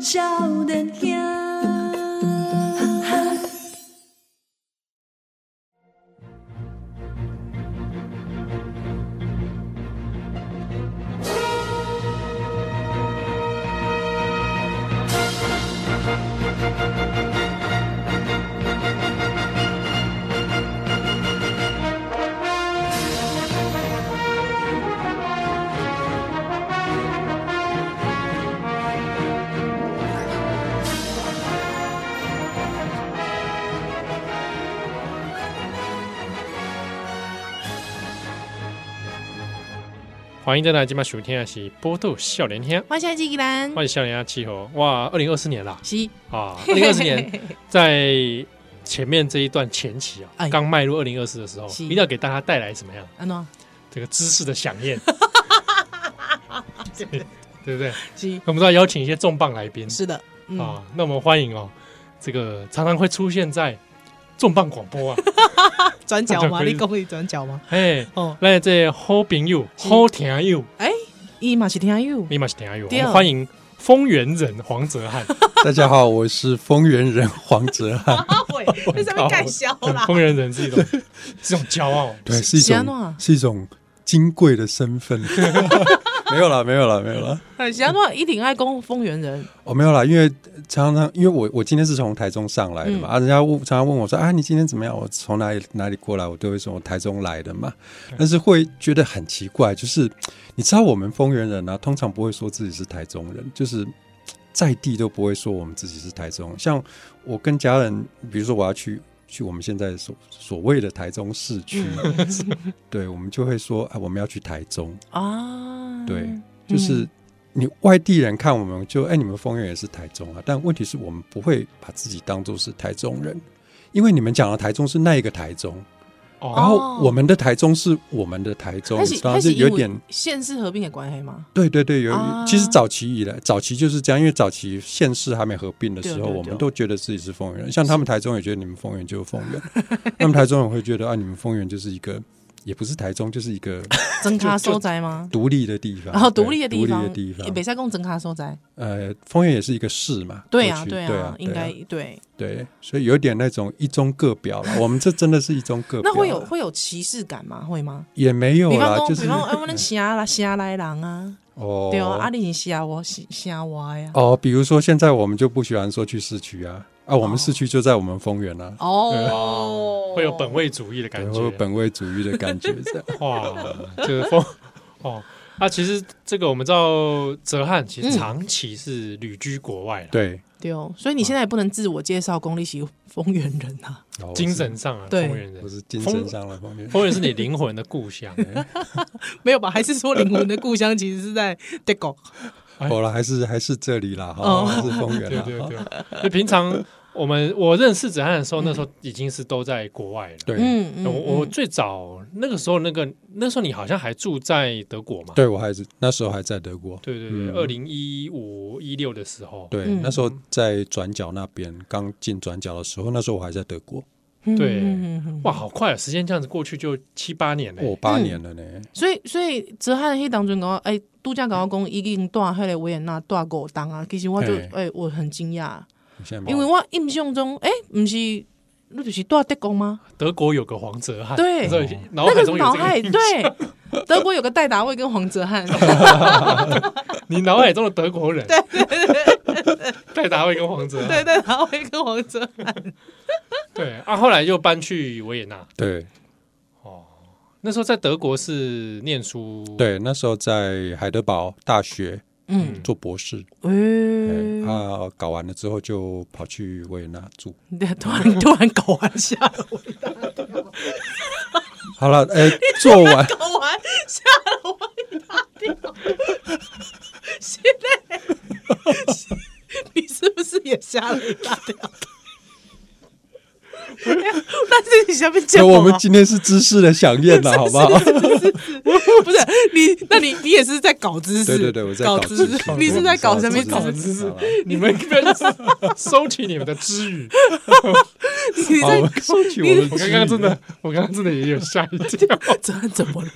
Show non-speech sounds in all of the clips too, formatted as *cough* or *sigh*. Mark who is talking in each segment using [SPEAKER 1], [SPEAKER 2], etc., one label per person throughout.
[SPEAKER 1] 少年兄。哈哈
[SPEAKER 2] 欢迎再来，今晚收听的是《波豆笑连天》，
[SPEAKER 3] 欢迎下季吉兰，
[SPEAKER 2] 欢迎笑连天气候。哇，二零二四年啦
[SPEAKER 3] 西，
[SPEAKER 2] 啊，二零二四
[SPEAKER 3] *laughs*
[SPEAKER 2] 年在前面这一段前期啊，
[SPEAKER 3] 哎
[SPEAKER 2] 刚迈入二零二四的时候，
[SPEAKER 3] 是
[SPEAKER 2] 一定要给大家带来什么样
[SPEAKER 3] 安诺
[SPEAKER 2] 这个知识的响
[SPEAKER 3] *laughs*
[SPEAKER 2] 宴，对不对？
[SPEAKER 3] 西，
[SPEAKER 2] 我们都要邀请一些重磅来宾
[SPEAKER 3] 是的，嗯，
[SPEAKER 2] 啊，那我们欢迎哦，这个常常会出现在重磅广
[SPEAKER 3] *laughs*
[SPEAKER 2] 播啊，
[SPEAKER 3] 转
[SPEAKER 2] *laughs*
[SPEAKER 3] 角
[SPEAKER 2] 那就
[SPEAKER 3] 吗？
[SPEAKER 2] 可以
[SPEAKER 3] 你讲你转角吗？
[SPEAKER 2] 哎，
[SPEAKER 3] 哦，
[SPEAKER 2] 来这好朋友、
[SPEAKER 3] 是
[SPEAKER 2] 好听友，
[SPEAKER 3] 伊嘛是听友，
[SPEAKER 2] 立马是听友，啊我
[SPEAKER 3] 对
[SPEAKER 2] 们欢迎丰原人黄
[SPEAKER 3] *laughs*
[SPEAKER 2] 泽汉。
[SPEAKER 4] *laughs* 大家好，我是丰原人黄哲翰。
[SPEAKER 3] 阿伟在上面盖销啦，
[SPEAKER 2] 啊丰原人是一
[SPEAKER 3] *laughs*
[SPEAKER 2] 种是一种骄傲，
[SPEAKER 4] 对，是一
[SPEAKER 3] 是安怎啊
[SPEAKER 4] 种是一种金贵的身份。 *laughs* 没有啦，没有啦，没有啦。
[SPEAKER 3] 哎是安诺一定爱讲丰原人，
[SPEAKER 4] 哦，没有啦，因为常常因为我我今天是从台中上来的嘛，
[SPEAKER 3] 嗯
[SPEAKER 4] 啊，人家问常常问我说啊，你今天怎么样？我从哪里哪里过来？我都会说我台中来的嘛。但是会觉得很奇怪，就是你知道我们丰原人啊，通常不会说自己是台中人，就是在地都不会说我们自己是台中。像我跟家人，比如说我要去。去我们现在所所谓的台中市区，对，我们就会说啊，我们要去台中。
[SPEAKER 3] 啊，
[SPEAKER 4] 对
[SPEAKER 3] 嗯，
[SPEAKER 4] 就是你外地人看我们就，哎，你们丰原也是台中啊，但问题是我们不会把自己当做是台中人，因为你们讲的台中是那一个台中，然
[SPEAKER 2] 哦，
[SPEAKER 4] 后我们的台中是我们的台中，
[SPEAKER 3] 开
[SPEAKER 4] 你
[SPEAKER 3] 始
[SPEAKER 4] 知道
[SPEAKER 3] 开
[SPEAKER 4] 就
[SPEAKER 3] 始
[SPEAKER 4] 有点。
[SPEAKER 3] 县市合并的关系吗？
[SPEAKER 4] 对对对，有、
[SPEAKER 3] 啊
[SPEAKER 4] 其实早期以来，早期就是这样，因为早期县市还没合并的时
[SPEAKER 3] 对
[SPEAKER 4] 候，
[SPEAKER 3] 对对
[SPEAKER 4] 我们都觉得自己是丰原人，像他们台中也觉得你们丰原就是丰
[SPEAKER 3] *laughs*
[SPEAKER 4] 原，他们台中人会觉得啊，你们丰原就是一个，也不是台中，就是一个
[SPEAKER 3] 增卡收宅吗？
[SPEAKER 4] 独立的地
[SPEAKER 3] *laughs*
[SPEAKER 4] 方，
[SPEAKER 3] 然后哦
[SPEAKER 4] 对
[SPEAKER 3] 独立的地
[SPEAKER 4] 独立
[SPEAKER 3] 方
[SPEAKER 4] 的地，方
[SPEAKER 3] 也，北塞贡增卡收宅，
[SPEAKER 4] 呃，丰原也是一个市嘛，
[SPEAKER 3] 对啊，
[SPEAKER 4] 过去
[SPEAKER 3] 对
[SPEAKER 4] 对
[SPEAKER 3] 啊，应该
[SPEAKER 4] 对啊
[SPEAKER 3] 对。
[SPEAKER 4] 对，所以有点那种一中各表
[SPEAKER 3] *laughs*
[SPEAKER 4] 了。我们这真的是一中各表
[SPEAKER 3] 那
[SPEAKER 4] 啦，
[SPEAKER 3] 会有会有歧视感吗？会吗？
[SPEAKER 4] 也没有
[SPEAKER 3] 比方
[SPEAKER 4] 啦，
[SPEAKER 3] 说，
[SPEAKER 4] 就是
[SPEAKER 3] 比方说，哎，我们西亚啦，西亚来人啊，
[SPEAKER 4] 哦，
[SPEAKER 3] 对啊，阿里西亚我西西亚我呀，
[SPEAKER 4] 哦，比如说现在我们就不喜欢说去市区啊，啊，我
[SPEAKER 3] 哦
[SPEAKER 4] 们市区就在我们丰原啊，
[SPEAKER 3] 哦，
[SPEAKER 2] 会有本位主义的
[SPEAKER 4] 对
[SPEAKER 2] 感
[SPEAKER 4] 会有
[SPEAKER 2] 觉，
[SPEAKER 4] 本位主义的感觉，这
[SPEAKER 3] *laughs*
[SPEAKER 4] 样
[SPEAKER 2] 哇，
[SPEAKER 4] *laughs*
[SPEAKER 2] 这个风哦。啊，其实这个我们知道，泽汉其
[SPEAKER 3] 嗯
[SPEAKER 2] 实长期是旅居国外了，
[SPEAKER 4] 对，
[SPEAKER 3] 对哦，所以你现在也不能自我介绍功力是丰原人啊，
[SPEAKER 4] 哦我是
[SPEAKER 2] 精神上啊，
[SPEAKER 3] 对
[SPEAKER 2] 丰原人
[SPEAKER 4] 我，是精
[SPEAKER 2] 丰
[SPEAKER 4] 神上的丰原，
[SPEAKER 2] 丰原是你灵魂的故
[SPEAKER 4] *laughs*
[SPEAKER 2] 乡。
[SPEAKER 3] *laughs* 没有吧？还是说灵魂的故乡其实是在德国？
[SPEAKER 2] 哎
[SPEAKER 4] 好了，还是还是这里啦，哈，
[SPEAKER 3] 哦
[SPEAKER 4] 还是丰原
[SPEAKER 2] 对
[SPEAKER 4] *laughs* 啦，
[SPEAKER 2] 对
[SPEAKER 4] 哈
[SPEAKER 2] 对，就平常我们我认识泽汉的时候，那时候已经是都在国外了。
[SPEAKER 4] 对
[SPEAKER 3] 嗯嗯，
[SPEAKER 2] 我我
[SPEAKER 3] 嗯
[SPEAKER 2] 最早那个时候，那个那时候你好像还住在德国嘛？
[SPEAKER 4] 对，我还是那时候还在德国，
[SPEAKER 2] 对对对，
[SPEAKER 4] 嗯
[SPEAKER 2] 二零一五一六的时候，
[SPEAKER 4] 对，
[SPEAKER 3] 嗯
[SPEAKER 4] 那时候在转角那边刚进转角的时候，那时候我还在德国，
[SPEAKER 2] 对
[SPEAKER 3] 嗯嗯嗯嗯
[SPEAKER 2] 哇，好快啊！时间这样子过去就七八年了、
[SPEAKER 4] 我八年了呢，
[SPEAKER 3] 所以所以泽汉黑当中讲，哎，度假讲讲已经断黑了维也纳断过当啊，其实我就
[SPEAKER 4] 嘿
[SPEAKER 3] 哎我很惊讶，
[SPEAKER 4] 你现在
[SPEAKER 3] 因为我印象中哎不是那就是断德国吗？
[SPEAKER 2] 德国有个黄泽汉，
[SPEAKER 3] 对
[SPEAKER 2] 那时候已
[SPEAKER 4] 哦
[SPEAKER 2] 经脑
[SPEAKER 3] 那
[SPEAKER 2] 海
[SPEAKER 3] 个
[SPEAKER 2] 中有
[SPEAKER 3] 脑
[SPEAKER 2] 这
[SPEAKER 3] 海
[SPEAKER 2] 个，
[SPEAKER 3] 对，德国有个戴达卫跟黄泽汉，
[SPEAKER 2] *laughs* 你脑海中的德国人，对对对，戴达卫跟黄泽
[SPEAKER 3] *laughs* 对，
[SPEAKER 2] 汉，
[SPEAKER 3] 戴达卫跟黄泽汉，
[SPEAKER 2] 对啊，后来就搬去维也纳。
[SPEAKER 4] 对
[SPEAKER 2] 那时候在德国是念书，，
[SPEAKER 4] 对，那时候在海德堡大学
[SPEAKER 3] 嗯，
[SPEAKER 4] 做博士，
[SPEAKER 3] 哎
[SPEAKER 4] 哎，啊，搞完了之后就跑去维也纳住。
[SPEAKER 3] 对，突然突然搞完吓了我，
[SPEAKER 4] 好了，哎，做完
[SPEAKER 3] 搞完吓了我一大跳。现在你是不是也吓了一大跳？那是你下面讲
[SPEAKER 4] 那
[SPEAKER 3] 吗
[SPEAKER 4] 我们今天是知识的飨宴
[SPEAKER 3] *laughs*
[SPEAKER 4] 了，好不好？
[SPEAKER 3] 不是你，那你你也是在搞姿势？
[SPEAKER 4] 对对对，我在
[SPEAKER 3] 搞
[SPEAKER 4] 知识
[SPEAKER 3] 识，，你是在搞什么
[SPEAKER 4] 搞
[SPEAKER 3] 姿势？
[SPEAKER 4] 知识？
[SPEAKER 2] 你们不要收起你们的知语，
[SPEAKER 3] 你
[SPEAKER 4] 好，我
[SPEAKER 3] 在
[SPEAKER 4] 高举我的
[SPEAKER 2] 我刚
[SPEAKER 4] 记忆
[SPEAKER 2] 刚真的，我刚刚真的也有吓一跳，
[SPEAKER 3] 这怎么了？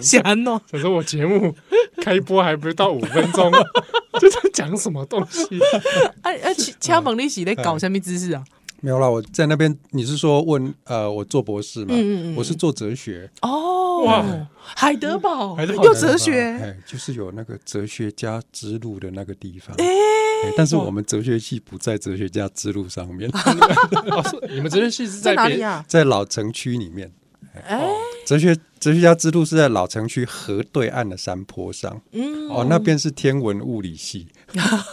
[SPEAKER 3] 瞎弄？
[SPEAKER 2] 想说我节目开播还不到五分钟， *laughs* 就在讲什么东西？
[SPEAKER 3] 啊啊！掐猛力喜在搞什么姿势啊？
[SPEAKER 4] 没有啦，我在那边，你是说问呃，我做博士嘛？
[SPEAKER 3] 嗯嗯嗯
[SPEAKER 4] 我是做哲学，
[SPEAKER 3] 哦，
[SPEAKER 2] 哇，
[SPEAKER 3] 海德堡，
[SPEAKER 2] 海德堡
[SPEAKER 3] 又哲学，
[SPEAKER 4] 哎，就是有那个哲学家之路的那个地方。
[SPEAKER 3] 哎，
[SPEAKER 4] 哎但是我们哲学系不在哲学家之路上面， *laughs*
[SPEAKER 2] 哦，是你们哲学系是
[SPEAKER 3] 在
[SPEAKER 2] 在
[SPEAKER 3] 哪
[SPEAKER 2] 别
[SPEAKER 3] 里？啊？
[SPEAKER 4] 在哦老城区里面。
[SPEAKER 3] 哎，
[SPEAKER 4] 哲学哲学家之路是在老城区河对岸的山坡上，
[SPEAKER 3] 嗯，
[SPEAKER 4] 哦，那边是天文物理系，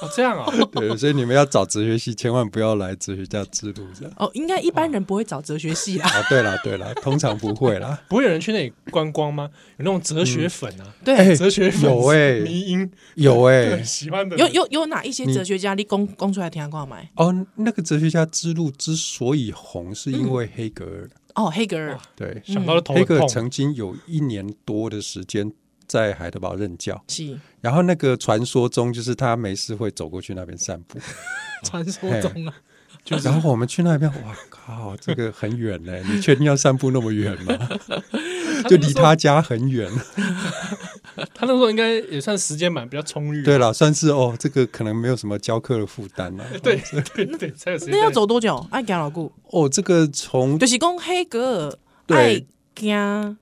[SPEAKER 2] 哦，这样啊， *laughs*
[SPEAKER 4] 对，所以你们要找哲学系，千万不要来哲学家之路这样。
[SPEAKER 3] 哦，应该一般人不会找哲学系啦。
[SPEAKER 4] 啊，对啦对啦，通常不会啦。
[SPEAKER 2] 不会有人去那里观光吗？有那种哲学粉啊，
[SPEAKER 4] *laughs*
[SPEAKER 3] 对，
[SPEAKER 2] 哲学粉
[SPEAKER 4] 嗯有欸
[SPEAKER 2] 迷音
[SPEAKER 3] *laughs*
[SPEAKER 4] 有哎、
[SPEAKER 2] 对喜欢的
[SPEAKER 3] 有
[SPEAKER 2] 人
[SPEAKER 3] 有有哪一些哲学家你供供出来听下逛买？
[SPEAKER 4] 哦，那个哲学家之路之所以红，是
[SPEAKER 3] 嗯
[SPEAKER 4] 因为黑格尔。
[SPEAKER 3] 哦，黑格尔，
[SPEAKER 4] 对，
[SPEAKER 2] 想到了头
[SPEAKER 4] 嗯黑
[SPEAKER 2] 很
[SPEAKER 4] 格
[SPEAKER 2] 痛啊
[SPEAKER 4] 尔，曾经有一年多的时间在海德堡任教，
[SPEAKER 3] 是
[SPEAKER 4] 然后那个传说中就是他没事会走过去那边散
[SPEAKER 2] *laughs*
[SPEAKER 4] 步，
[SPEAKER 3] 传说中啊，
[SPEAKER 4] 然后我们去那边，哇靠，这个很远呢，你确定要散步那么远
[SPEAKER 2] *laughs*
[SPEAKER 4] 吗？就离他家很远。
[SPEAKER 2] 他那时候应该也算时间蛮比较充裕，
[SPEAKER 4] *laughs* 对了，算是哦，这个可能没有什么教课的负担啊
[SPEAKER 2] *laughs*
[SPEAKER 4] 了、
[SPEAKER 2] 对对对，才有时间。
[SPEAKER 3] 那要走多久？爱行老久，
[SPEAKER 4] 哦，这个从
[SPEAKER 3] 就是讲黑格尔爱
[SPEAKER 4] 对
[SPEAKER 3] 行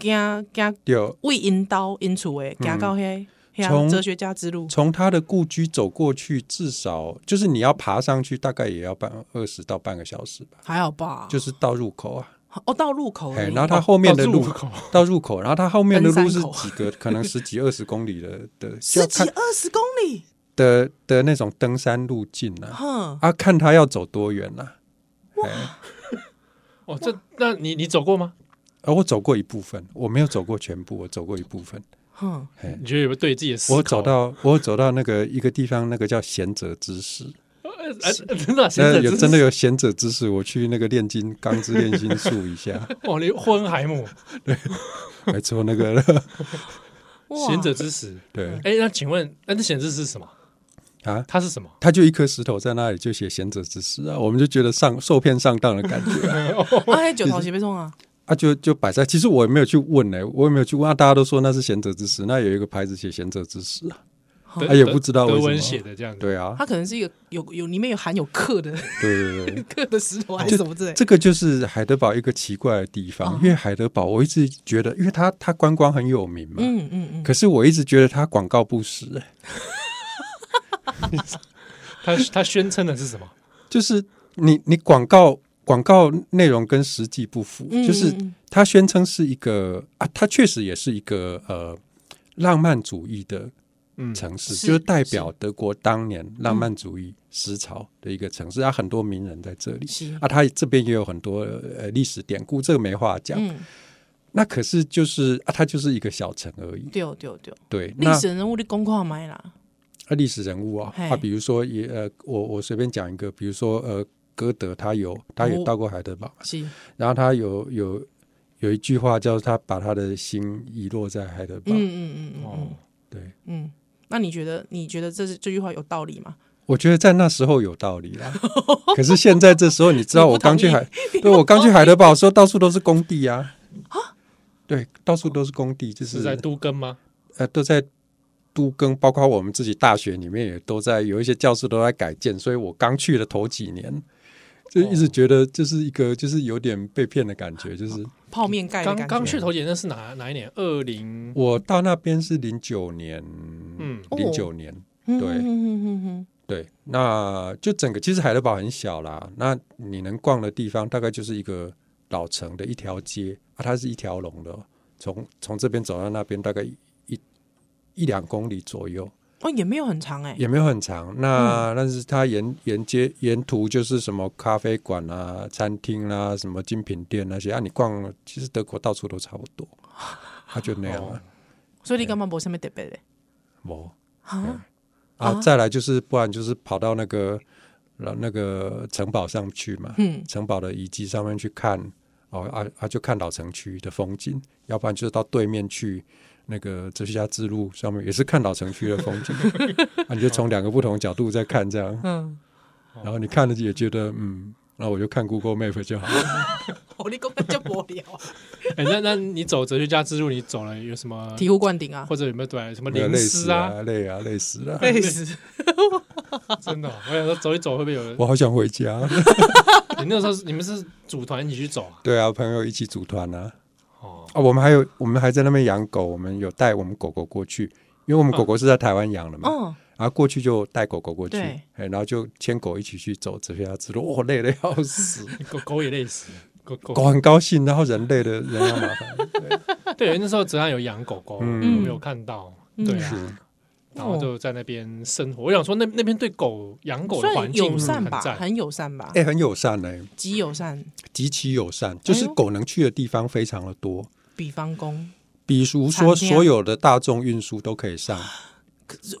[SPEAKER 3] 行行，
[SPEAKER 4] 有
[SPEAKER 3] 为引导因厝诶，行到黑
[SPEAKER 4] 嗯从
[SPEAKER 3] 黑哲学家之路，
[SPEAKER 4] 从他的故居走过去，至少就是你要爬上去，大概也要半二十到半个小时吧，
[SPEAKER 3] 还好吧？
[SPEAKER 4] 就是到入口啊。
[SPEAKER 3] 哦，到入口而
[SPEAKER 4] 哎，
[SPEAKER 3] 已
[SPEAKER 4] 然后它后面的
[SPEAKER 2] 哦到入
[SPEAKER 4] 路
[SPEAKER 2] 口
[SPEAKER 4] 到入口，然后它后面的路
[SPEAKER 3] 登
[SPEAKER 4] 是
[SPEAKER 3] 山口
[SPEAKER 4] 几个，可能十几二十公里的的，就
[SPEAKER 3] 十
[SPEAKER 4] 要
[SPEAKER 3] 几
[SPEAKER 4] 看
[SPEAKER 3] 二十公里，
[SPEAKER 4] 的的那种登山路径啊，
[SPEAKER 3] 哼，
[SPEAKER 4] 啊，看他要走多远啦、哎，
[SPEAKER 2] 哦，这那你你走过吗？
[SPEAKER 4] 而啊我走过一部分，我没有走过全部，我走过一部分。
[SPEAKER 3] 哼，
[SPEAKER 4] 哎，
[SPEAKER 2] 你觉得有没有对自己的思考？
[SPEAKER 4] 我走到我有走到那个一个地方，那个叫贤者之石，
[SPEAKER 2] 呃，呃真的啊
[SPEAKER 4] 那有真的
[SPEAKER 2] 有
[SPEAKER 4] 有贤者之石，我去那个炼金钢之炼金术一下，
[SPEAKER 2] 哦，你霍恩海姆
[SPEAKER 4] 没错，那个 *laughs*
[SPEAKER 3] 哇
[SPEAKER 2] 贤者之石。
[SPEAKER 4] 对
[SPEAKER 2] 哎，那请问，那这贤者之石是什么？
[SPEAKER 4] 啊。
[SPEAKER 2] 它是什么？
[SPEAKER 4] 他就一颗石头在那里，就写贤者之石啊，我们就觉得上受骗上当的感觉啊，
[SPEAKER 3] 啊，还九头是被送啊，
[SPEAKER 4] 啊就就摆在。其实我也没有去问呢、我也没有去问啊，大家都说那是贤者之石，那有一个牌子写贤者之石啊，
[SPEAKER 3] 哦
[SPEAKER 2] 德
[SPEAKER 4] 啊也不知道为
[SPEAKER 2] 德
[SPEAKER 4] 什么
[SPEAKER 2] 文写的这样子。
[SPEAKER 4] 对啊
[SPEAKER 3] 它，可能是一个有有里面有含有克的，
[SPEAKER 4] 对对对
[SPEAKER 3] 克的石头还
[SPEAKER 4] 啊
[SPEAKER 3] 是什么之类的，
[SPEAKER 4] 这个就是海德堡一个奇怪的地方，
[SPEAKER 3] 哦
[SPEAKER 4] 因为海德堡我一直觉得，因为它它观光很有名嘛，
[SPEAKER 3] 嗯嗯嗯，
[SPEAKER 4] 可是我一直觉得它广告不实、欸
[SPEAKER 2] 他他宣称的是什么？
[SPEAKER 4] 就是你你广告广告内容跟实际不符，
[SPEAKER 3] 嗯
[SPEAKER 4] 就是
[SPEAKER 3] 嗯嗯
[SPEAKER 4] 它宣称是一个啊，它确实也是一个呃浪漫主义的
[SPEAKER 2] 嗯
[SPEAKER 4] 城市，
[SPEAKER 3] 是嗯
[SPEAKER 4] 就是代表德国当年浪漫主义思潮的一个城市，啊，很多名人在这里
[SPEAKER 3] 嗯是，
[SPEAKER 4] 啊，它这边也有很多呃历史典故，这个没话讲。
[SPEAKER 3] 嗯，
[SPEAKER 4] 那可是就是啊，它就是一个小城而已，
[SPEAKER 3] 对对对，
[SPEAKER 4] 对，
[SPEAKER 3] 历
[SPEAKER 4] 那。
[SPEAKER 3] 史人物的公话买啦，
[SPEAKER 4] 啊，历史人物啊，
[SPEAKER 3] 嘿
[SPEAKER 4] 啊，比如说也呃，我我随便讲一个，比如说呃，歌德他有他有
[SPEAKER 3] 哦
[SPEAKER 4] 到过海德堡，
[SPEAKER 3] 是
[SPEAKER 4] 然后他有有有一句话叫他把他的心遗落在海德
[SPEAKER 3] 嗯
[SPEAKER 4] 堡，
[SPEAKER 3] 嗯嗯嗯
[SPEAKER 2] 哦，
[SPEAKER 4] 对。
[SPEAKER 3] 嗯，那你觉得你觉得这是这句话有道理吗？
[SPEAKER 4] 我觉得在那时候有道理 *laughs* 啦，可是现在这时候，你知道我刚去海，对我刚去海德堡的时候，到处都是工地啊，对，到处都是工地，就是是
[SPEAKER 2] 在都根吗？
[SPEAKER 4] 呃都在都更，包括我们自己大学里面也都在有一些教室都在改建，所以我刚去的头几年，就一直觉得就是一个就是有点被骗的感觉，就是
[SPEAKER 3] 泡面盖的
[SPEAKER 2] 刚
[SPEAKER 3] 感
[SPEAKER 2] 刚
[SPEAKER 3] 觉，
[SPEAKER 2] 去头姐那是哪哪一年？二零
[SPEAKER 4] 我到那边是零九年，
[SPEAKER 2] 嗯
[SPEAKER 4] 零九年。
[SPEAKER 3] 对
[SPEAKER 4] 对
[SPEAKER 3] 嗯嗯
[SPEAKER 4] 对，那就整个其实海德堡很小啦，那你能逛的地方大概就是一个老城的一条街啊，它是一条龙的哦，从从这边走到那边大概一一一两公里左右，
[SPEAKER 3] 哦，也没有很长哎，
[SPEAKER 4] 也没有很长。那、但是它沿沿街沿途就是什么咖啡馆啊、餐厅啊、什么精品店那些啊，你逛了其实德国到处都差不多，它、就那样啊。
[SPEAKER 3] 所以你干嘛不上面特别的
[SPEAKER 4] 哦
[SPEAKER 3] 啊？
[SPEAKER 4] 啊，再来就是，不然就是跑到那个呃那个城堡上去嘛，
[SPEAKER 3] 嗯
[SPEAKER 4] 城堡的遗迹上面去看，哦啊啊，就看老城区的风景，要不然就是到对面去那个哲学家之路上面也是看老城区的风景， *laughs* 啊，你就从两个不同角度在看这样，
[SPEAKER 3] 嗯，
[SPEAKER 2] 哦
[SPEAKER 4] 然后你看了也觉得嗯，然后我就看 Google Map 就好了。
[SPEAKER 3] 我哦你根本就无聊。啊
[SPEAKER 2] 哎，那 *laughs* 那你走哲学家之路，你走了有什
[SPEAKER 3] *laughs*
[SPEAKER 2] 么？
[SPEAKER 3] 醍醐灌顶
[SPEAKER 2] *laughs*
[SPEAKER 3] 啊，
[SPEAKER 2] 或者有没有对什么
[SPEAKER 4] 没有
[SPEAKER 2] 灵
[SPEAKER 4] 累
[SPEAKER 2] 思
[SPEAKER 4] 死
[SPEAKER 2] 啊？
[SPEAKER 4] 啊，累啊，累死了。
[SPEAKER 3] 累死！
[SPEAKER 2] *laughs* 真的哦、我想说走一走会不会有人？
[SPEAKER 4] 我好想回家。 *laughs*
[SPEAKER 2] 你那个时候是你们是组团一起去走啊？
[SPEAKER 4] 对啊，朋友一起组团啊。 *laughs*
[SPEAKER 2] 哦，
[SPEAKER 4] 啊，我们还有我们还在那边养狗，我们有带我们狗狗过去，因为
[SPEAKER 2] 嗯
[SPEAKER 4] 我们狗狗是在台湾养的嘛。
[SPEAKER 3] 哦，
[SPEAKER 4] 然后过去就带狗狗过去，
[SPEAKER 3] 对
[SPEAKER 4] 哎，然后就牵狗一起去走哲学家之路，我、累得要死，
[SPEAKER 2] 狗狗也累死了，狗狗
[SPEAKER 4] 狗很高兴，然后人累的人要麻烦，
[SPEAKER 2] 对，那时候哲安有养狗狗，
[SPEAKER 4] 嗯
[SPEAKER 2] 我有看到，
[SPEAKER 3] 嗯
[SPEAKER 2] 对啊，
[SPEAKER 4] 是
[SPEAKER 2] 然后就在那边生活。我想说那，那边对狗养狗的
[SPEAKER 3] 算
[SPEAKER 2] 环境
[SPEAKER 3] 友善吧，
[SPEAKER 2] 很赞
[SPEAKER 3] 很友善吧
[SPEAKER 4] 哎、，很友善哎、
[SPEAKER 3] 极友善。
[SPEAKER 4] 极其友善，
[SPEAKER 3] 哎
[SPEAKER 4] 就是狗能去的地方非常的多，
[SPEAKER 3] 比方公，
[SPEAKER 4] 比如说
[SPEAKER 3] 餐厅
[SPEAKER 4] 所有的大众运输都可以上，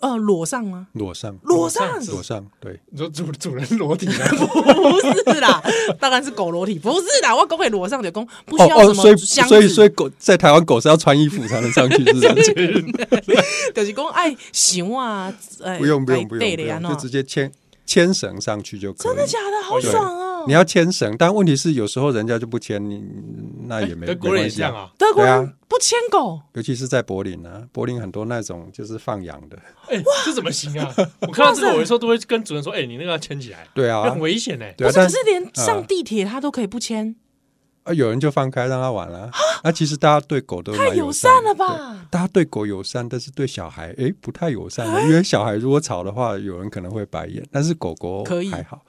[SPEAKER 3] 呃，裸上吗？
[SPEAKER 4] 裸上，
[SPEAKER 3] 裸上
[SPEAKER 4] 裸上，对，
[SPEAKER 2] 你说主主人裸体啊，
[SPEAKER 3] 不是啦，当然是狗裸体，不是啦，我公会裸上的公不需
[SPEAKER 4] 哦
[SPEAKER 3] 要什
[SPEAKER 4] 哦，所
[SPEAKER 3] 么
[SPEAKER 4] 以
[SPEAKER 3] 箱
[SPEAKER 4] 所以所
[SPEAKER 3] 子，
[SPEAKER 4] 以狗在台湾狗是要穿衣服才能上去，是不是？
[SPEAKER 3] 就是公爱熊啊，哎，
[SPEAKER 4] *laughs* 不用不用不
[SPEAKER 3] 对
[SPEAKER 4] 用不
[SPEAKER 3] 的呀，
[SPEAKER 4] 用，
[SPEAKER 3] 喏
[SPEAKER 4] 就直接牵牵绳上去就可以。
[SPEAKER 3] 真的假的？好
[SPEAKER 4] 对
[SPEAKER 3] 爽哦
[SPEAKER 4] 你！要牵绳，但问题是有时候人家就不牵你，那
[SPEAKER 2] *laughs*
[SPEAKER 4] 也没
[SPEAKER 2] 德
[SPEAKER 4] 没
[SPEAKER 2] 国人
[SPEAKER 4] 关
[SPEAKER 2] 也
[SPEAKER 4] 系
[SPEAKER 2] 这样。啊。
[SPEAKER 3] 德国
[SPEAKER 4] 对
[SPEAKER 3] 人
[SPEAKER 4] 啊
[SPEAKER 3] 不牵狗，
[SPEAKER 4] 尤其是在柏林啊，柏林很多那种就是放羊的，
[SPEAKER 2] 哎，这怎么行
[SPEAKER 4] *laughs*
[SPEAKER 2] 啊？我看到这个，我有时候都会跟主人说：“哎，你那个要牵起来，
[SPEAKER 4] 对啊
[SPEAKER 2] 很，危险哎。
[SPEAKER 4] 对啊，
[SPEAKER 3] 这
[SPEAKER 4] 但
[SPEAKER 3] 可是连上
[SPEAKER 4] 嗯
[SPEAKER 3] 地铁他都可以不牵，
[SPEAKER 4] 啊有人就放开让它玩啦。那其实大家对狗都
[SPEAKER 3] 啊太
[SPEAKER 4] 蛮
[SPEAKER 3] 友
[SPEAKER 4] 善
[SPEAKER 3] 善
[SPEAKER 4] 的
[SPEAKER 3] 了？吧？
[SPEAKER 4] 大家对狗友善，但是对小孩诶不太友善啊
[SPEAKER 3] 哎
[SPEAKER 4] 了，因为小孩如果吵的话，有人可能会白眼，但是狗狗
[SPEAKER 3] 可以
[SPEAKER 4] 还好，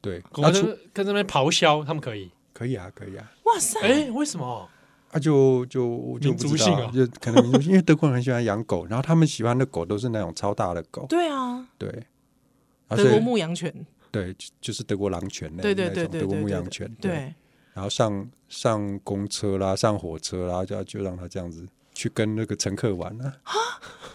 [SPEAKER 4] 对”，
[SPEAKER 2] 狗
[SPEAKER 4] 那
[SPEAKER 2] 就
[SPEAKER 4] 啊除
[SPEAKER 2] 跟那边咆哮，他们可以。
[SPEAKER 4] 可以啊，可以啊。
[SPEAKER 3] 哇塞！
[SPEAKER 2] 哎，为什么？
[SPEAKER 4] 啊，就就就
[SPEAKER 2] 民
[SPEAKER 4] 不
[SPEAKER 2] 族
[SPEAKER 4] 知
[SPEAKER 2] 性
[SPEAKER 4] 道
[SPEAKER 2] 啊
[SPEAKER 4] 啊，就可能民族性，因为德国人很喜欢养狗，然后他们喜欢的狗都是那种超大的狗，
[SPEAKER 3] 对啊，
[SPEAKER 4] 对，然后
[SPEAKER 3] 德
[SPEAKER 4] 所
[SPEAKER 3] 国
[SPEAKER 4] 以
[SPEAKER 3] 牧羊犬，
[SPEAKER 4] 对，就就是德国狼犬类
[SPEAKER 3] 对对
[SPEAKER 4] 那
[SPEAKER 3] 对
[SPEAKER 4] 种
[SPEAKER 3] 对
[SPEAKER 4] 德国
[SPEAKER 3] 对
[SPEAKER 4] 牧
[SPEAKER 3] 对
[SPEAKER 4] 羊犬，
[SPEAKER 3] 对，
[SPEAKER 4] 然后上上公车啦，上火车啦，就就让它这样子去跟那个乘客玩啊，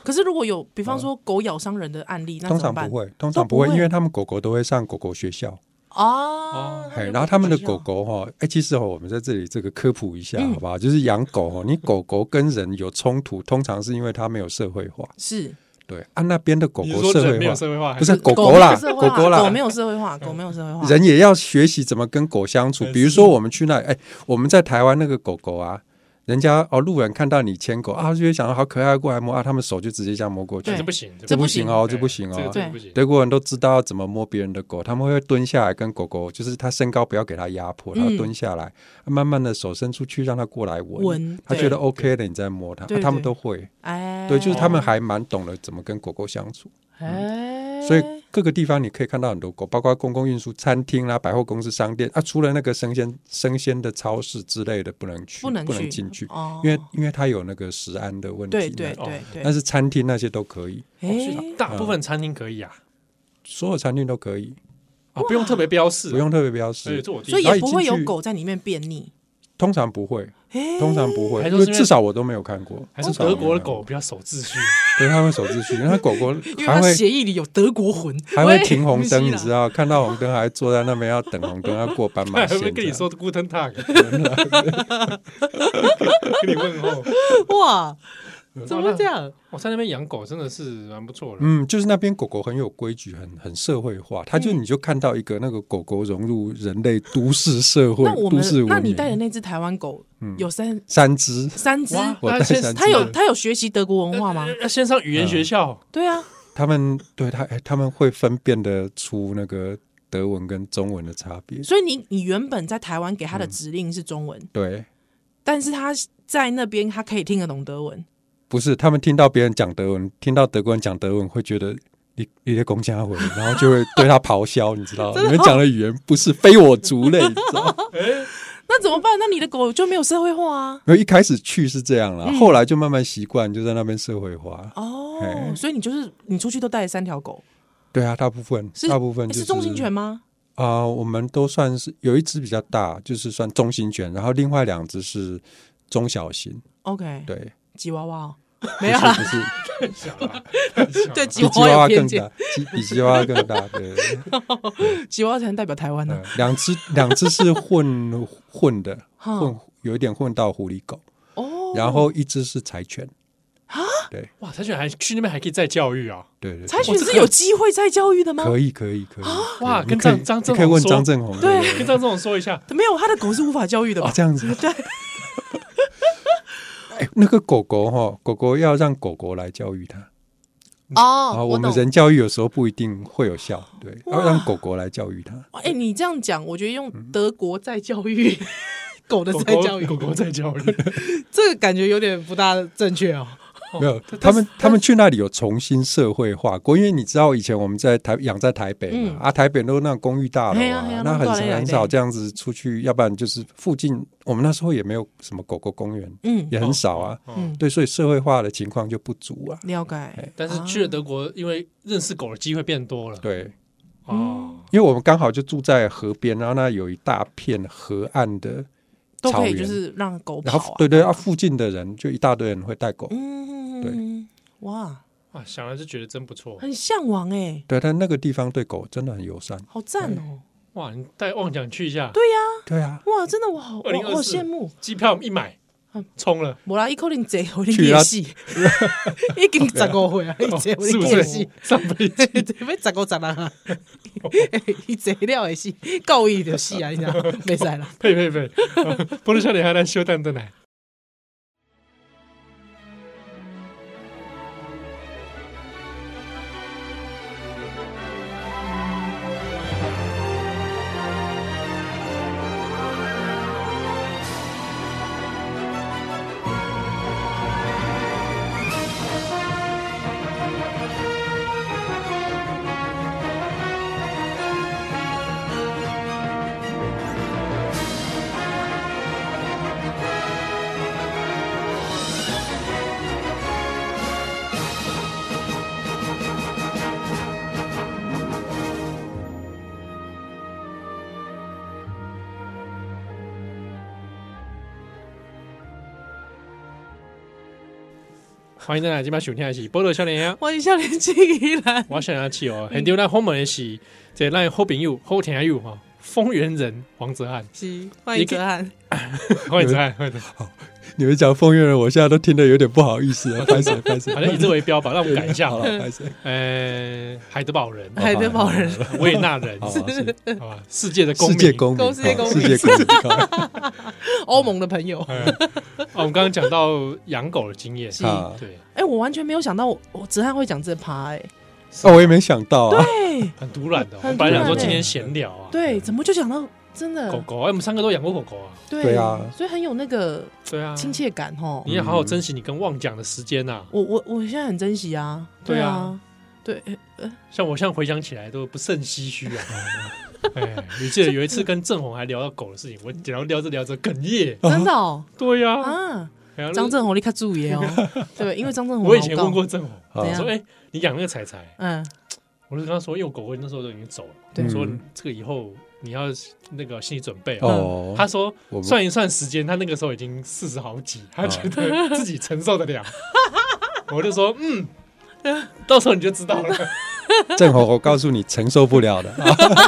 [SPEAKER 3] 可是如果有，比方说狗咬伤人的案例，那
[SPEAKER 4] 通
[SPEAKER 3] 怎么
[SPEAKER 4] 常
[SPEAKER 3] 办
[SPEAKER 4] 不？会，通
[SPEAKER 3] 都
[SPEAKER 4] 常
[SPEAKER 3] 不
[SPEAKER 4] 不会，
[SPEAKER 3] 会
[SPEAKER 4] 因为他们狗狗都会上狗狗学校，
[SPEAKER 3] 啊
[SPEAKER 2] 哦，
[SPEAKER 4] 哎，然后他们的狗狗哈，哎，其实哦，我们在这里这个科普一
[SPEAKER 3] 嗯
[SPEAKER 4] 下，好不好？就是养狗哦，你狗狗跟人有冲突，通常是因为它没有社会化，
[SPEAKER 3] 是
[SPEAKER 4] 对啊，那边的狗
[SPEAKER 2] 你是哎
[SPEAKER 4] 狗
[SPEAKER 2] 说
[SPEAKER 4] 社
[SPEAKER 2] 人
[SPEAKER 4] 会
[SPEAKER 2] 没有
[SPEAKER 4] 化。
[SPEAKER 2] 社会化？还
[SPEAKER 4] 不是狗
[SPEAKER 3] 狗
[SPEAKER 4] 狗啦，
[SPEAKER 3] 没有社
[SPEAKER 4] 狗
[SPEAKER 3] 会化
[SPEAKER 4] 狗啦，
[SPEAKER 3] 狗没有社会化，狗没有社会化，
[SPEAKER 4] 人也要学习怎么跟狗相处
[SPEAKER 2] 哎。
[SPEAKER 4] 比如说，我们去那，哎、我们在台湾那个狗狗啊，人家哦，路人看到你牵狗啊，就会想到好可爱，过来摸啊，他们手就直接这样摸过去
[SPEAKER 2] 这
[SPEAKER 3] 对。
[SPEAKER 2] 不行，
[SPEAKER 3] 这
[SPEAKER 4] 这
[SPEAKER 3] 不
[SPEAKER 4] 不
[SPEAKER 3] 行
[SPEAKER 4] 行哦，
[SPEAKER 2] 对
[SPEAKER 4] 这不行
[SPEAKER 2] 这个
[SPEAKER 4] 哦
[SPEAKER 2] 这。个
[SPEAKER 3] 对
[SPEAKER 2] 不行。
[SPEAKER 4] 德国人都知道要怎么摸别人的狗，他们会蹲下来跟狗狗，就是他身高不要给它压迫，
[SPEAKER 3] 嗯
[SPEAKER 4] 然后蹲下来，慢慢的手伸出去，让它过来闻。
[SPEAKER 3] 闻
[SPEAKER 4] 他
[SPEAKER 3] 对
[SPEAKER 4] 觉得 OK 的，你再摸它，
[SPEAKER 3] 对
[SPEAKER 4] 啊他们
[SPEAKER 3] 对
[SPEAKER 4] 都会。
[SPEAKER 3] 哎，
[SPEAKER 4] 对，就是他们还蛮懂得怎么跟狗狗相处。
[SPEAKER 3] 哎，
[SPEAKER 4] 所以各个地方你可以看到很多狗，包括公共运输、餐厅啦、百货公司、商店啊，除了那个生鲜生鲜的超市之类的不能去，
[SPEAKER 3] 不能去
[SPEAKER 4] 进去，
[SPEAKER 3] 哦
[SPEAKER 4] 因为因为它有那个食安的问题嘛。
[SPEAKER 3] 对对对对，
[SPEAKER 4] 但是哦餐厅那些都可以，
[SPEAKER 3] 哎，
[SPEAKER 2] 大部分餐厅可以啊，
[SPEAKER 4] 所有餐厅都可以，
[SPEAKER 2] 啊，不用特别标示，
[SPEAKER 4] 不。用特别标
[SPEAKER 2] 哎，
[SPEAKER 4] 示。
[SPEAKER 2] 这我第一
[SPEAKER 3] 所以
[SPEAKER 2] 次
[SPEAKER 3] 也不会有狗在里面便秘，
[SPEAKER 4] 通常不会，
[SPEAKER 3] 哎，
[SPEAKER 4] 通常不会，
[SPEAKER 2] 还
[SPEAKER 4] 因
[SPEAKER 2] 都是
[SPEAKER 4] 为
[SPEAKER 2] 因为
[SPEAKER 4] 至少我都没有看过。
[SPEAKER 2] 还是
[SPEAKER 4] 至少我
[SPEAKER 2] 德
[SPEAKER 4] 没
[SPEAKER 2] 国
[SPEAKER 4] 有
[SPEAKER 2] 的
[SPEAKER 4] 看过
[SPEAKER 2] 狗，比较守秩序。
[SPEAKER 4] 对，它会守秩序，因为它狗狗
[SPEAKER 3] *laughs* 因为
[SPEAKER 4] 还
[SPEAKER 3] 它
[SPEAKER 4] 会
[SPEAKER 3] 协议里有德国魂，
[SPEAKER 4] 还会
[SPEAKER 3] 喂
[SPEAKER 4] 停红灯，你知？
[SPEAKER 3] 不是啦啊
[SPEAKER 4] 道？看到红灯还坐在那边要等红灯，要过斑马
[SPEAKER 2] *laughs* 还
[SPEAKER 4] 线。
[SPEAKER 2] 会跟
[SPEAKER 4] 这
[SPEAKER 2] 你
[SPEAKER 4] 样
[SPEAKER 2] 说 Guten Tag，跟你问
[SPEAKER 4] *laughs*
[SPEAKER 2] 候。
[SPEAKER 3] *laughs* 哇，怎么会这样？
[SPEAKER 2] 我在那边养狗真的是蛮不错的，
[SPEAKER 4] 嗯，就是那边狗狗很有规矩，很很社会化。它
[SPEAKER 3] 嗯
[SPEAKER 4] 就你就看到一个那个狗狗融入人类都市社会
[SPEAKER 3] 那我、
[SPEAKER 4] 都
[SPEAKER 3] 们
[SPEAKER 4] 市，
[SPEAKER 3] 那
[SPEAKER 4] 文
[SPEAKER 3] 你带的
[SPEAKER 4] 明。嗯
[SPEAKER 3] 那只台湾狗有三
[SPEAKER 4] 三只，
[SPEAKER 3] 三只，
[SPEAKER 2] 哇
[SPEAKER 4] 我
[SPEAKER 2] 那
[SPEAKER 4] 带
[SPEAKER 2] 先
[SPEAKER 4] 三只
[SPEAKER 3] 它有它有学习德国文化吗？
[SPEAKER 2] 要先上语言学校，
[SPEAKER 3] 对啊，
[SPEAKER 4] 他们对它，哎，他们会分辨得出那个德文跟中文的差别。
[SPEAKER 3] 所以你你原本在台湾给它的指令是中文，
[SPEAKER 4] 对，
[SPEAKER 3] 但是它在那边它可以听得懂德文，
[SPEAKER 4] 不是他们听到别人讲德文，听到德国人讲德文，会觉得你你在公家文，然后就会对他咆哮，你知道？你
[SPEAKER 3] 哦
[SPEAKER 4] 们讲的语言不是非我族类，你知
[SPEAKER 3] *laughs*
[SPEAKER 4] 道？
[SPEAKER 3] 那怎么办？那你的狗就没有社会化啊？
[SPEAKER 4] 因为一开始去是这样啦，
[SPEAKER 3] 嗯
[SPEAKER 4] 后来就慢慢习惯，就在那边社会化。
[SPEAKER 3] 哦，
[SPEAKER 4] 嘿
[SPEAKER 3] 所以你就是你出去都带了三条狗，
[SPEAKER 4] 对啊，大部分
[SPEAKER 3] 是
[SPEAKER 4] 大部分
[SPEAKER 3] 诶
[SPEAKER 4] 就是
[SPEAKER 3] 中型犬吗？
[SPEAKER 4] 啊、我们都算是有一只比较大，就是算中型犬，然后另外两只是中小型。
[SPEAKER 3] OK，
[SPEAKER 4] 对，
[SPEAKER 3] 吉娃娃哦，
[SPEAKER 4] 没有啦，不是
[SPEAKER 3] 对，吉
[SPEAKER 4] 比
[SPEAKER 3] 娃
[SPEAKER 4] 吉
[SPEAKER 3] 娃
[SPEAKER 4] 娃
[SPEAKER 3] 有
[SPEAKER 4] 娃
[SPEAKER 3] 偏
[SPEAKER 4] 更
[SPEAKER 3] 见
[SPEAKER 4] 大，，吉比吉娃娃更大。对，
[SPEAKER 3] 吉娃娃才能代表台湾呢
[SPEAKER 4] 嗯。两只两只是混混的，
[SPEAKER 3] 哈
[SPEAKER 4] 混有一点混到狐狸狗，
[SPEAKER 3] 哦，
[SPEAKER 4] 然后一只是柴犬。对
[SPEAKER 2] 哇，柴犬还去那边还可以再教育啊！
[SPEAKER 4] 对对，
[SPEAKER 3] 柴
[SPEAKER 4] 对
[SPEAKER 3] 犬
[SPEAKER 2] 这
[SPEAKER 3] 是
[SPEAKER 2] 个
[SPEAKER 3] 有机会再教育的吗？
[SPEAKER 4] 可以可以可以，
[SPEAKER 2] 哇
[SPEAKER 4] 对
[SPEAKER 2] 跟
[SPEAKER 4] 你可
[SPEAKER 2] 张
[SPEAKER 4] 以
[SPEAKER 2] 张正
[SPEAKER 4] 你可以问
[SPEAKER 2] 宏
[SPEAKER 4] 张
[SPEAKER 2] 说
[SPEAKER 4] 正宏
[SPEAKER 3] 对
[SPEAKER 2] *laughs* 跟张总说一下，
[SPEAKER 3] 没有，他的狗是无法教育的
[SPEAKER 4] 哦 *laughs*
[SPEAKER 3] 吧？
[SPEAKER 4] 这样子，
[SPEAKER 3] *laughs* 对，
[SPEAKER 4] 哎那个狗狗哈，狗狗要让狗狗来教育它啊，
[SPEAKER 3] 哦
[SPEAKER 4] 我们
[SPEAKER 3] 懂
[SPEAKER 4] 人教育有时候不一定会有效，对，
[SPEAKER 3] 哇
[SPEAKER 4] 要让狗狗来教育它。
[SPEAKER 3] 哇哎、你这样讲，我觉得用
[SPEAKER 4] 嗯
[SPEAKER 3] 德国再教
[SPEAKER 4] *laughs*
[SPEAKER 3] 育狗的
[SPEAKER 2] 狗
[SPEAKER 3] 再教育，
[SPEAKER 2] 狗狗狗在教育，
[SPEAKER 3] 这个感觉有点不大正确哦。
[SPEAKER 4] 没有，他们他们去那里有重新社会化过，因为你知道以前我们在台养在台北嘛，
[SPEAKER 3] 嗯
[SPEAKER 4] 啊，台北都那种公寓大楼
[SPEAKER 3] 嘿呀嘿呀
[SPEAKER 4] 啊，
[SPEAKER 3] 那
[SPEAKER 4] 那
[SPEAKER 3] 么
[SPEAKER 4] 很
[SPEAKER 3] 大嘞
[SPEAKER 4] 很
[SPEAKER 3] 对
[SPEAKER 4] 少这样子出去，要不然就是附近我们那时候也没有什么狗狗公园，
[SPEAKER 3] 嗯
[SPEAKER 4] 也很少啊，
[SPEAKER 3] 嗯，
[SPEAKER 4] 对，所以社会化的情况就不足啊，
[SPEAKER 3] 了解。
[SPEAKER 2] 但是去了德国，因为认识狗的机会变多了，
[SPEAKER 4] 对。
[SPEAKER 2] 哦，
[SPEAKER 4] 因为我们刚好就住在河边，然后那有一大片河岸的
[SPEAKER 3] 都
[SPEAKER 4] 草
[SPEAKER 3] 可以，
[SPEAKER 4] 原，
[SPEAKER 3] 就是让狗
[SPEAKER 4] 然
[SPEAKER 3] 跑、
[SPEAKER 4] 后
[SPEAKER 3] 啊。
[SPEAKER 4] 对对，啊，附近的人就一大堆人会带狗，
[SPEAKER 3] 嗯，对，哇，
[SPEAKER 2] 哇，想来就觉得真不错，
[SPEAKER 3] 很向往哎、
[SPEAKER 4] 对，但那个地方对狗真的很友善，
[SPEAKER 3] 好赞哦、
[SPEAKER 2] 哇，你带妄想去一下，
[SPEAKER 3] 对呀、
[SPEAKER 4] 对啊，
[SPEAKER 3] 哇，真的我好我
[SPEAKER 2] 2024
[SPEAKER 3] 我好羡慕。
[SPEAKER 2] 机票一买
[SPEAKER 3] 嗯，
[SPEAKER 2] 冲了，
[SPEAKER 3] 我啦，一口令贼，我令
[SPEAKER 4] 去
[SPEAKER 3] 夜
[SPEAKER 4] 啊
[SPEAKER 3] 戏，已经十五岁啊，一
[SPEAKER 2] 哦
[SPEAKER 3] 贼我
[SPEAKER 2] 是
[SPEAKER 3] 令
[SPEAKER 2] 不
[SPEAKER 3] 夜
[SPEAKER 2] 是
[SPEAKER 3] 戏，？
[SPEAKER 2] 上飞机 *laughs*
[SPEAKER 3] 对，要十五十六啊，伊坐了会死，够伊就死啊，你知道，袂使啦。
[SPEAKER 2] 呸呸呸！ *laughs* 波多少年还能修蛋的奶。欢迎大家今晚收听的是波多少年呀，
[SPEAKER 3] 我是少年轻依然，
[SPEAKER 2] 我想要去哦，很丢那后门的是这咱的好朋友后天友哈，丰原人王泽汉，
[SPEAKER 3] 是欢迎哲翰。
[SPEAKER 2] 欢迎泽汉，欢迎泽汉
[SPEAKER 4] 你们讲风月人，我现在都听得有点不好意思了，啊拍谁
[SPEAKER 2] *laughs*
[SPEAKER 4] 拍谁，
[SPEAKER 2] 好像以这为标吧，让我们改一下
[SPEAKER 4] 好
[SPEAKER 2] 好
[SPEAKER 4] 了
[SPEAKER 2] 了。，
[SPEAKER 4] 拍谁？
[SPEAKER 2] 呃，海德堡人、
[SPEAKER 3] 海德堡人，
[SPEAKER 2] 维也纳人，
[SPEAKER 4] 好
[SPEAKER 2] 好
[SPEAKER 4] 啊，是
[SPEAKER 2] 吧，世界的公
[SPEAKER 4] 世
[SPEAKER 2] 民
[SPEAKER 4] 界公民，哦
[SPEAKER 3] 公世界公民
[SPEAKER 4] 世界公民，好
[SPEAKER 3] 欧盟的朋友。
[SPEAKER 2] 哎哦我们刚刚讲到养狗的经验，
[SPEAKER 3] 是
[SPEAKER 4] 啊
[SPEAKER 2] 对，
[SPEAKER 3] 哎、我完全没有想到我我子涵会讲这趴、哎，
[SPEAKER 4] 哦，我也没想到
[SPEAKER 2] *laughs*
[SPEAKER 4] 啊，
[SPEAKER 3] 对
[SPEAKER 2] 很突然的哦。
[SPEAKER 3] 很
[SPEAKER 2] 我本来想说
[SPEAKER 3] 突然欸
[SPEAKER 2] 今天闲聊啊，
[SPEAKER 3] 对，啊怎么就想到真的
[SPEAKER 2] 狗狗，哎，我们三个都养过狗狗啊，
[SPEAKER 3] 对
[SPEAKER 4] 对啊
[SPEAKER 3] 所以很有那个
[SPEAKER 2] 对啊，
[SPEAKER 3] 亲切感哦。
[SPEAKER 2] 你要好好珍惜你跟旺讲的时间啊呐。
[SPEAKER 3] 我我我现在很珍惜啊，对啊，对，哎
[SPEAKER 2] 像我现在回想起来都不胜唏嘘
[SPEAKER 4] *laughs*
[SPEAKER 2] 啊。哎，你记得有一次跟郑红还聊到狗的事情，我然后聊着聊着哽咽。
[SPEAKER 3] 真的哦
[SPEAKER 2] 对呀，
[SPEAKER 3] 啊，
[SPEAKER 2] 哎呀
[SPEAKER 3] 张，正宏你看注意哦，对，因为张正
[SPEAKER 2] 那
[SPEAKER 3] 宏
[SPEAKER 2] 我以前问
[SPEAKER 3] 老高，
[SPEAKER 2] 过郑红，
[SPEAKER 4] 好
[SPEAKER 3] 怎
[SPEAKER 2] 我
[SPEAKER 3] 样
[SPEAKER 2] 说哎，你养那个彩彩，
[SPEAKER 3] 嗯，
[SPEAKER 2] 我就跟他说，因为我狗狗那时候都已经走了，
[SPEAKER 3] 对
[SPEAKER 2] 我说
[SPEAKER 4] 嗯
[SPEAKER 2] 这个以后你要那个心理准备哦。
[SPEAKER 4] 哦，
[SPEAKER 2] 他说
[SPEAKER 4] 我哦们
[SPEAKER 2] 算一算时间，他那个时候已经四十好几，他觉得自己承受得了。 *laughs* 我就说嗯，到时候你就知道
[SPEAKER 4] *laughs*
[SPEAKER 2] 了。
[SPEAKER 4] 正好我告诉你，承受不了的，啊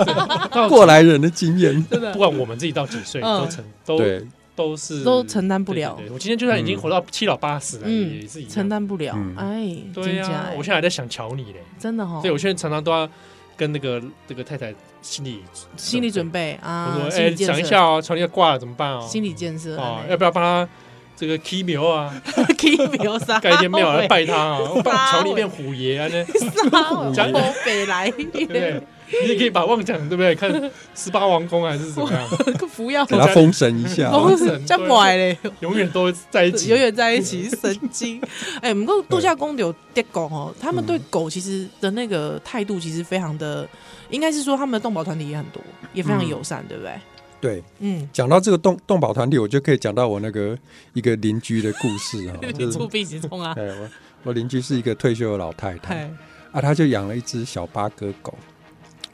[SPEAKER 4] 过来人的经验，
[SPEAKER 3] 真的
[SPEAKER 2] 不管我们自己到几岁，
[SPEAKER 3] 嗯
[SPEAKER 2] 都承 *laughs* 都
[SPEAKER 4] 对，
[SPEAKER 2] 都是
[SPEAKER 3] 都承担不了
[SPEAKER 2] 对对对我今天就算已经活到七老八十了，
[SPEAKER 3] 嗯
[SPEAKER 2] 也是一样
[SPEAKER 3] 承。担不了
[SPEAKER 4] 嗯，
[SPEAKER 3] 哎，
[SPEAKER 2] 对
[SPEAKER 3] 真假哦
[SPEAKER 2] 呀
[SPEAKER 3] 哎，
[SPEAKER 2] 我现在还在想瞧你嘞，
[SPEAKER 3] 真的哈
[SPEAKER 2] 所以，我现在常常都要跟那个这个太太心理
[SPEAKER 3] 心理准
[SPEAKER 2] 备，
[SPEAKER 3] 备
[SPEAKER 2] 我
[SPEAKER 3] 啊，
[SPEAKER 2] 说
[SPEAKER 3] 心
[SPEAKER 2] 哎，
[SPEAKER 3] 理建设
[SPEAKER 2] 想一下哦，瞧你要挂了怎么办哦？
[SPEAKER 3] 心理建设
[SPEAKER 2] 哦
[SPEAKER 3] 哎，
[SPEAKER 2] 要不要帮他这个 key 苗啊，
[SPEAKER 3] keep 不要杀，
[SPEAKER 2] 盖一
[SPEAKER 3] *laughs*
[SPEAKER 2] 间庙来拜他啊，我把
[SPEAKER 3] 撒
[SPEAKER 2] 乔力
[SPEAKER 3] 尾
[SPEAKER 2] 变虎爷
[SPEAKER 3] *laughs*
[SPEAKER 2] 啊呢，
[SPEAKER 3] 杀我，
[SPEAKER 2] 讲
[SPEAKER 3] 我北来，
[SPEAKER 2] 对不对？你也可以把旺讲对不对？看十八王宫还是怎么
[SPEAKER 3] *laughs*
[SPEAKER 2] 样，
[SPEAKER 3] 个服药
[SPEAKER 4] 给他封神一下，啊
[SPEAKER 3] 风
[SPEAKER 2] 封神
[SPEAKER 3] 这歪嘞，
[SPEAKER 2] 永远都在一起
[SPEAKER 3] 永。远在一起，神经。哎，不过度假公有对狗哦，他们对狗其实的那个态度其实非常的，应该是说他们的动保团体也很多，也非常友善，对不对？
[SPEAKER 4] 对。
[SPEAKER 3] 嗯，
[SPEAKER 4] 讲到这个动动保团体，我就可以讲到我那个一个邻居的故事
[SPEAKER 3] *laughs*
[SPEAKER 4] 啊，就
[SPEAKER 3] 你
[SPEAKER 4] 是
[SPEAKER 3] 出鼻子
[SPEAKER 4] *laughs*
[SPEAKER 3] 冲啊！
[SPEAKER 4] 哎，我我邻居是一个退休的老太太
[SPEAKER 3] 哎，
[SPEAKER 4] 啊，她就养了一只小八哥狗，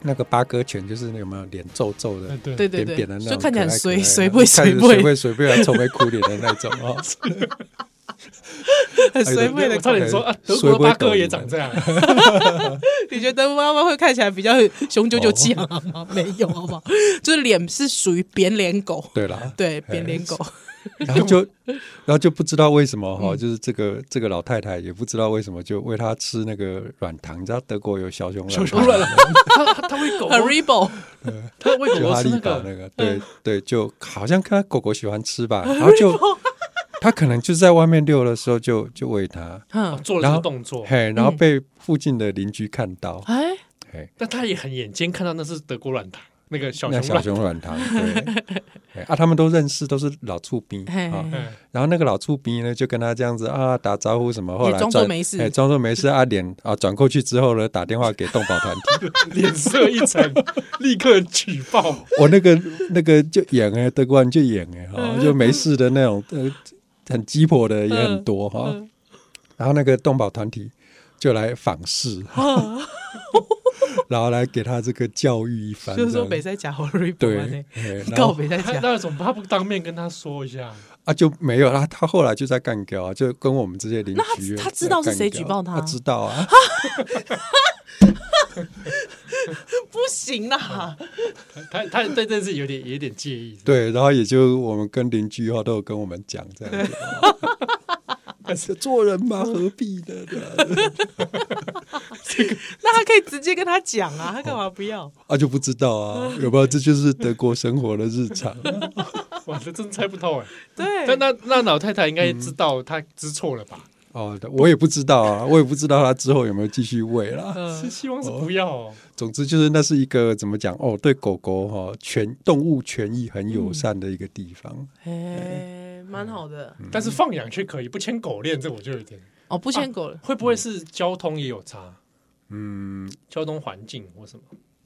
[SPEAKER 4] 那个八哥犬就是那有没有脸皱皱的
[SPEAKER 2] 哎，对
[SPEAKER 3] 对对
[SPEAKER 4] 扁
[SPEAKER 3] 对
[SPEAKER 4] 扁的那，种，
[SPEAKER 3] 就看起来很
[SPEAKER 4] 可爱
[SPEAKER 3] 随
[SPEAKER 4] 可爱
[SPEAKER 3] 随不
[SPEAKER 4] 看着
[SPEAKER 3] 随
[SPEAKER 4] 随
[SPEAKER 3] 不
[SPEAKER 4] 不随不，愁眉苦脸的那种哦。
[SPEAKER 3] 很哎随
[SPEAKER 2] 我
[SPEAKER 3] 便的
[SPEAKER 2] 差 *laughs*
[SPEAKER 3] 狗。
[SPEAKER 2] 点说啊，德
[SPEAKER 4] 水
[SPEAKER 2] 国
[SPEAKER 4] 龟
[SPEAKER 2] 八哥
[SPEAKER 4] 斗
[SPEAKER 2] 也
[SPEAKER 4] 鱼
[SPEAKER 2] 长这 *laughs* 样，
[SPEAKER 3] 你觉得妈妈会看起来比较雄赳赳气昂昂吗？ *laughs* 没有，好不好？就是脸是属于扁脸
[SPEAKER 4] *laughs*
[SPEAKER 3] 狗，
[SPEAKER 4] 对啦，
[SPEAKER 3] 对，扁脸狗。
[SPEAKER 4] 然后就，然后就不知道为什么哈、就是这个这个老太太也不知道为什么就喂她吃那个软糖，你知道德国有小熊软
[SPEAKER 2] 熊
[SPEAKER 4] 糖，
[SPEAKER 2] 软了，他他他喂狗
[SPEAKER 3] h
[SPEAKER 2] 狗
[SPEAKER 3] r，i b o
[SPEAKER 2] 他喂狗
[SPEAKER 4] 就
[SPEAKER 2] 狗
[SPEAKER 4] 哈
[SPEAKER 2] 吃
[SPEAKER 4] 利
[SPEAKER 2] 那
[SPEAKER 4] 堡
[SPEAKER 2] 个
[SPEAKER 3] 嗯
[SPEAKER 4] 那个，对对，就好像看狗狗喜欢吃吧，然后就她可能就在外面遛的时候就就喂它，
[SPEAKER 2] 哦
[SPEAKER 3] 嗯，
[SPEAKER 2] 做了
[SPEAKER 4] 然
[SPEAKER 2] 这
[SPEAKER 4] 后
[SPEAKER 2] 个动作，
[SPEAKER 4] 嘿，然后
[SPEAKER 3] 嗯
[SPEAKER 4] 被附近的邻居看到，
[SPEAKER 3] 哎，
[SPEAKER 4] 嘿，
[SPEAKER 2] 但他也很眼尖，看到那是德国软糖，那个小
[SPEAKER 4] 那
[SPEAKER 2] 熊
[SPEAKER 4] 小
[SPEAKER 2] 软
[SPEAKER 4] 熊软糖，对，嘿啊，他们都认识，都是老醋兵
[SPEAKER 3] 嘿
[SPEAKER 4] 啊。
[SPEAKER 2] 嗯
[SPEAKER 4] 然后那个老醋逼呢，就跟他这样子啊打招呼什么，后来
[SPEAKER 3] 也装
[SPEAKER 4] 转
[SPEAKER 3] 作没事
[SPEAKER 4] 哎，装作没事啊，脸啊转过去之后呢，打电话给动保团体，
[SPEAKER 2] 脸色一 *laughs* 沉，立刻举报。
[SPEAKER 4] *laughs* 我那个那个就演哎，德国人就演哎
[SPEAKER 3] 嗯
[SPEAKER 4] 哈，就没事的那种，呃，很鸡婆的也很多哈。
[SPEAKER 3] 嗯
[SPEAKER 4] 然后那个动保团体就来访视，
[SPEAKER 3] 哦
[SPEAKER 4] *laughs* 然后来给他这个教育一番，
[SPEAKER 3] 就是说
[SPEAKER 4] 这样
[SPEAKER 3] 北
[SPEAKER 4] 子
[SPEAKER 3] 塞 *laughs* 假 h r i b o
[SPEAKER 4] 对，
[SPEAKER 3] *laughs*
[SPEAKER 4] 哎然
[SPEAKER 3] 告
[SPEAKER 4] 后
[SPEAKER 3] 北塞
[SPEAKER 2] *laughs* 他
[SPEAKER 3] 假，
[SPEAKER 2] 那怎么他不当面跟他说一
[SPEAKER 4] *laughs*
[SPEAKER 2] 下？
[SPEAKER 4] 啊就没有啦，他后来就在干掉啊，就跟我们这些邻
[SPEAKER 3] 那他
[SPEAKER 4] 居在干掉，
[SPEAKER 3] 他知道是谁举报他
[SPEAKER 4] 他知道啊。
[SPEAKER 3] 不行啊啦，
[SPEAKER 2] 他他对这件事有点有点介意，
[SPEAKER 4] 对，然后也就我们跟邻居以后都有跟我们讲
[SPEAKER 3] *laughs*
[SPEAKER 4] 这样子， *laughs* 但是做人嘛，何必呢？对啊吧
[SPEAKER 3] 那他可以直接跟他讲啊，他干嘛不要？
[SPEAKER 4] 啊，就不知道啊，有没有？这就是德国生活的日常。 *laughs*
[SPEAKER 2] 哇，这真猜不透哎。
[SPEAKER 3] 对，
[SPEAKER 2] 但那那老太太应该知道她知错了吧？
[SPEAKER 4] 哦，我也不知道啊，我也不知道他之后有没有继续喂啦。
[SPEAKER 3] 嗯
[SPEAKER 2] *laughs* 是希望是不要哦。
[SPEAKER 4] 总之就是那是一个怎么讲哦，对狗狗哈、权动物权益很友善的一个地方。
[SPEAKER 3] 哎，蛮好的
[SPEAKER 2] 嗯但是放养却可以，不牵狗链，这我就有点
[SPEAKER 3] 哦，不牵狗了，
[SPEAKER 2] 会不会是交通也有差？
[SPEAKER 4] 嗯，
[SPEAKER 2] 交通环境或什么？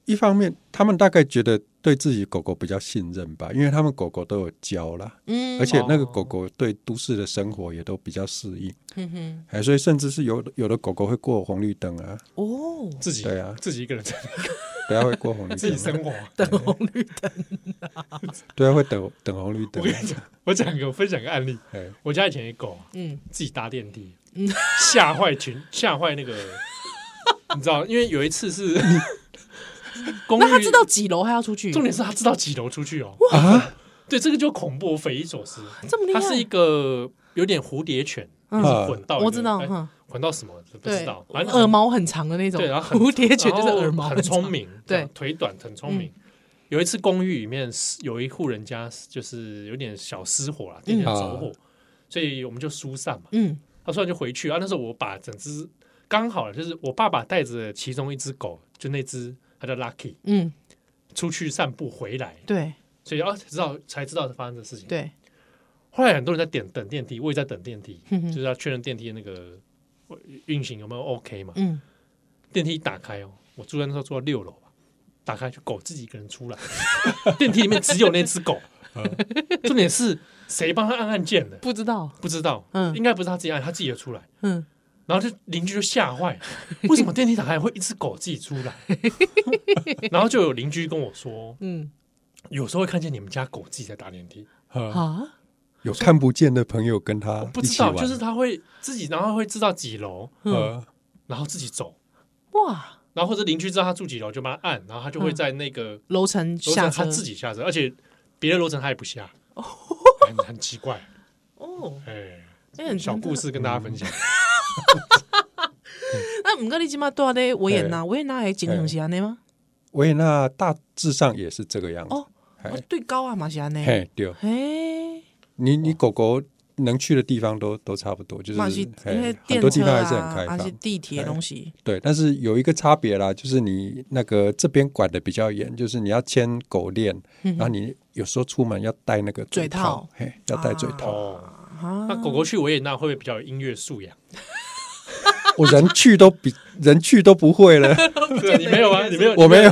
[SPEAKER 4] 一方面他们大概觉得对自己狗狗比较信任吧，因为他们狗狗都有教啦。
[SPEAKER 3] 嗯，
[SPEAKER 4] 而且那个
[SPEAKER 2] 哦
[SPEAKER 4] 狗狗对都市的生活也都比较适应，
[SPEAKER 3] 哼哼，
[SPEAKER 4] 哎，所以甚至是有有的狗狗会过红绿灯啊，
[SPEAKER 3] 哦，
[SPEAKER 2] 自己
[SPEAKER 4] 对啊
[SPEAKER 2] 自己一个人在
[SPEAKER 4] 对啊，会过红绿
[SPEAKER 2] 自己
[SPEAKER 4] 灯，
[SPEAKER 2] 生活。
[SPEAKER 3] 等红绿灯，
[SPEAKER 4] 对啊，会等等红绿灯
[SPEAKER 2] 我，跟你讲，我讲个分享个案例，
[SPEAKER 4] 哎，
[SPEAKER 2] 我家以前有狗啊，
[SPEAKER 3] 嗯，
[SPEAKER 2] 自己搭电梯，吓坏群， *laughs* 吓坏那个，你知道，因为有一
[SPEAKER 3] *laughs*
[SPEAKER 2] 次是公寓，
[SPEAKER 3] 那他知道几楼他要出去，
[SPEAKER 2] 重点是他知道几楼出去哦。
[SPEAKER 4] 啊
[SPEAKER 2] 对，这个就恐怖，我匪夷所思。
[SPEAKER 3] 这么厉
[SPEAKER 2] 它
[SPEAKER 3] 害，
[SPEAKER 2] 是一个有点蝴蝶犬，
[SPEAKER 3] 嗯
[SPEAKER 2] 就是混到一个
[SPEAKER 3] 我知道，
[SPEAKER 2] 哎
[SPEAKER 3] 哼，
[SPEAKER 2] 混到什么不
[SPEAKER 3] 对
[SPEAKER 2] 知道，，反正
[SPEAKER 3] 耳哦毛很长的那种，
[SPEAKER 2] 对，然后
[SPEAKER 3] *laughs*
[SPEAKER 2] 很
[SPEAKER 3] 蝴蝶犬就是
[SPEAKER 2] 然后
[SPEAKER 3] 耳毛
[SPEAKER 2] 很
[SPEAKER 3] 长
[SPEAKER 2] 聪，明，
[SPEAKER 3] 对嗯
[SPEAKER 2] 这样腿短很聪明。有一次公寓里面失有一户人家就是有点小失火了，电线走火，所以我们就疏散嘛。
[SPEAKER 3] 嗯
[SPEAKER 2] 他说然就回去啊，那时候我把整只刚好就是我爸爸带着其中一只狗，就那只它叫 Lucky
[SPEAKER 3] 嗯，
[SPEAKER 2] 出去散步回来，
[SPEAKER 3] 对
[SPEAKER 2] 所以啊知道才知道发生的事情。
[SPEAKER 3] 对，
[SPEAKER 2] 后来很多人在点等电梯，我也在等电梯，
[SPEAKER 3] 嗯哼
[SPEAKER 2] 就
[SPEAKER 3] 哼
[SPEAKER 2] 是要确认电梯的那个呃运行有没有 OK 嘛。
[SPEAKER 3] 嗯，
[SPEAKER 2] 电梯一打开哦，我住在那时候住到六楼吧，打开就狗自己一个人出来， *laughs* 电梯里面只有那只狗。重点是谁帮他按按键的？
[SPEAKER 3] 不知道，
[SPEAKER 2] 不知道，
[SPEAKER 3] 嗯
[SPEAKER 2] 应该不是他自己按，他自己也出来。
[SPEAKER 3] 嗯，
[SPEAKER 2] 然后就邻居就吓坏了，为什么电梯打开会一只狗自己出来？ *laughs* 然后就有邻居跟我说，
[SPEAKER 3] 嗯
[SPEAKER 2] 有时候会看见你们家狗自己在打电梯，
[SPEAKER 4] 啊
[SPEAKER 3] 啊，
[SPEAKER 4] 有看不见的朋友跟他
[SPEAKER 2] 我不
[SPEAKER 4] 一
[SPEAKER 2] 知
[SPEAKER 4] 起
[SPEAKER 2] 道，
[SPEAKER 4] 玩，
[SPEAKER 2] 就是它会自己，然后会知道几楼，
[SPEAKER 3] 嗯
[SPEAKER 4] 呃，
[SPEAKER 2] 然后自己走，
[SPEAKER 3] 哇，
[SPEAKER 2] 然后或者邻居知道他住几楼就帮他按，然后他就会在那个
[SPEAKER 3] 楼层
[SPEAKER 2] 楼
[SPEAKER 3] 嗯下
[SPEAKER 2] 层
[SPEAKER 3] 车
[SPEAKER 2] 他自己下车，而且别的楼层他也不下，很很奇怪。
[SPEAKER 3] 哦， *laughs*
[SPEAKER 2] 哎，
[SPEAKER 3] 哎，很
[SPEAKER 2] 小故。事跟大家分享，
[SPEAKER 4] 嗯
[SPEAKER 3] 那唔过你即马住咧维也纳，维也纳的情形是安尼吗？
[SPEAKER 4] 维也纳大致上也是这个样子
[SPEAKER 3] 哦，
[SPEAKER 4] 嘿
[SPEAKER 3] 哦对高啊嘛是安尼，
[SPEAKER 4] 嘿，对，
[SPEAKER 3] 嘿，
[SPEAKER 4] 你你狗狗能去的地方都都差不多，就
[SPEAKER 3] 嘛
[SPEAKER 4] 是
[SPEAKER 3] 是因为
[SPEAKER 4] 嘿很
[SPEAKER 3] 电
[SPEAKER 4] 多地
[SPEAKER 3] 车
[SPEAKER 4] 方还是很
[SPEAKER 3] 啊
[SPEAKER 4] 开，
[SPEAKER 3] 还是
[SPEAKER 4] 放，
[SPEAKER 3] 地铁东西，
[SPEAKER 4] 对，但是有一个差别啦，就是你那个这边管的比较严，就是你要牵狗链，
[SPEAKER 3] 嗯
[SPEAKER 4] 然后你有时候出门要戴那个
[SPEAKER 3] 嘴
[SPEAKER 4] 套
[SPEAKER 3] 套，
[SPEAKER 4] 嘿，要戴嘴套。
[SPEAKER 2] 哦，
[SPEAKER 3] 啊
[SPEAKER 2] 那狗狗去维也纳会不会比较有音乐素
[SPEAKER 3] *laughs*
[SPEAKER 2] 养？
[SPEAKER 4] 我人去都比人去都不会
[SPEAKER 3] *laughs*
[SPEAKER 4] 了，
[SPEAKER 2] 对，你没有啊，你没有，
[SPEAKER 4] 我没有。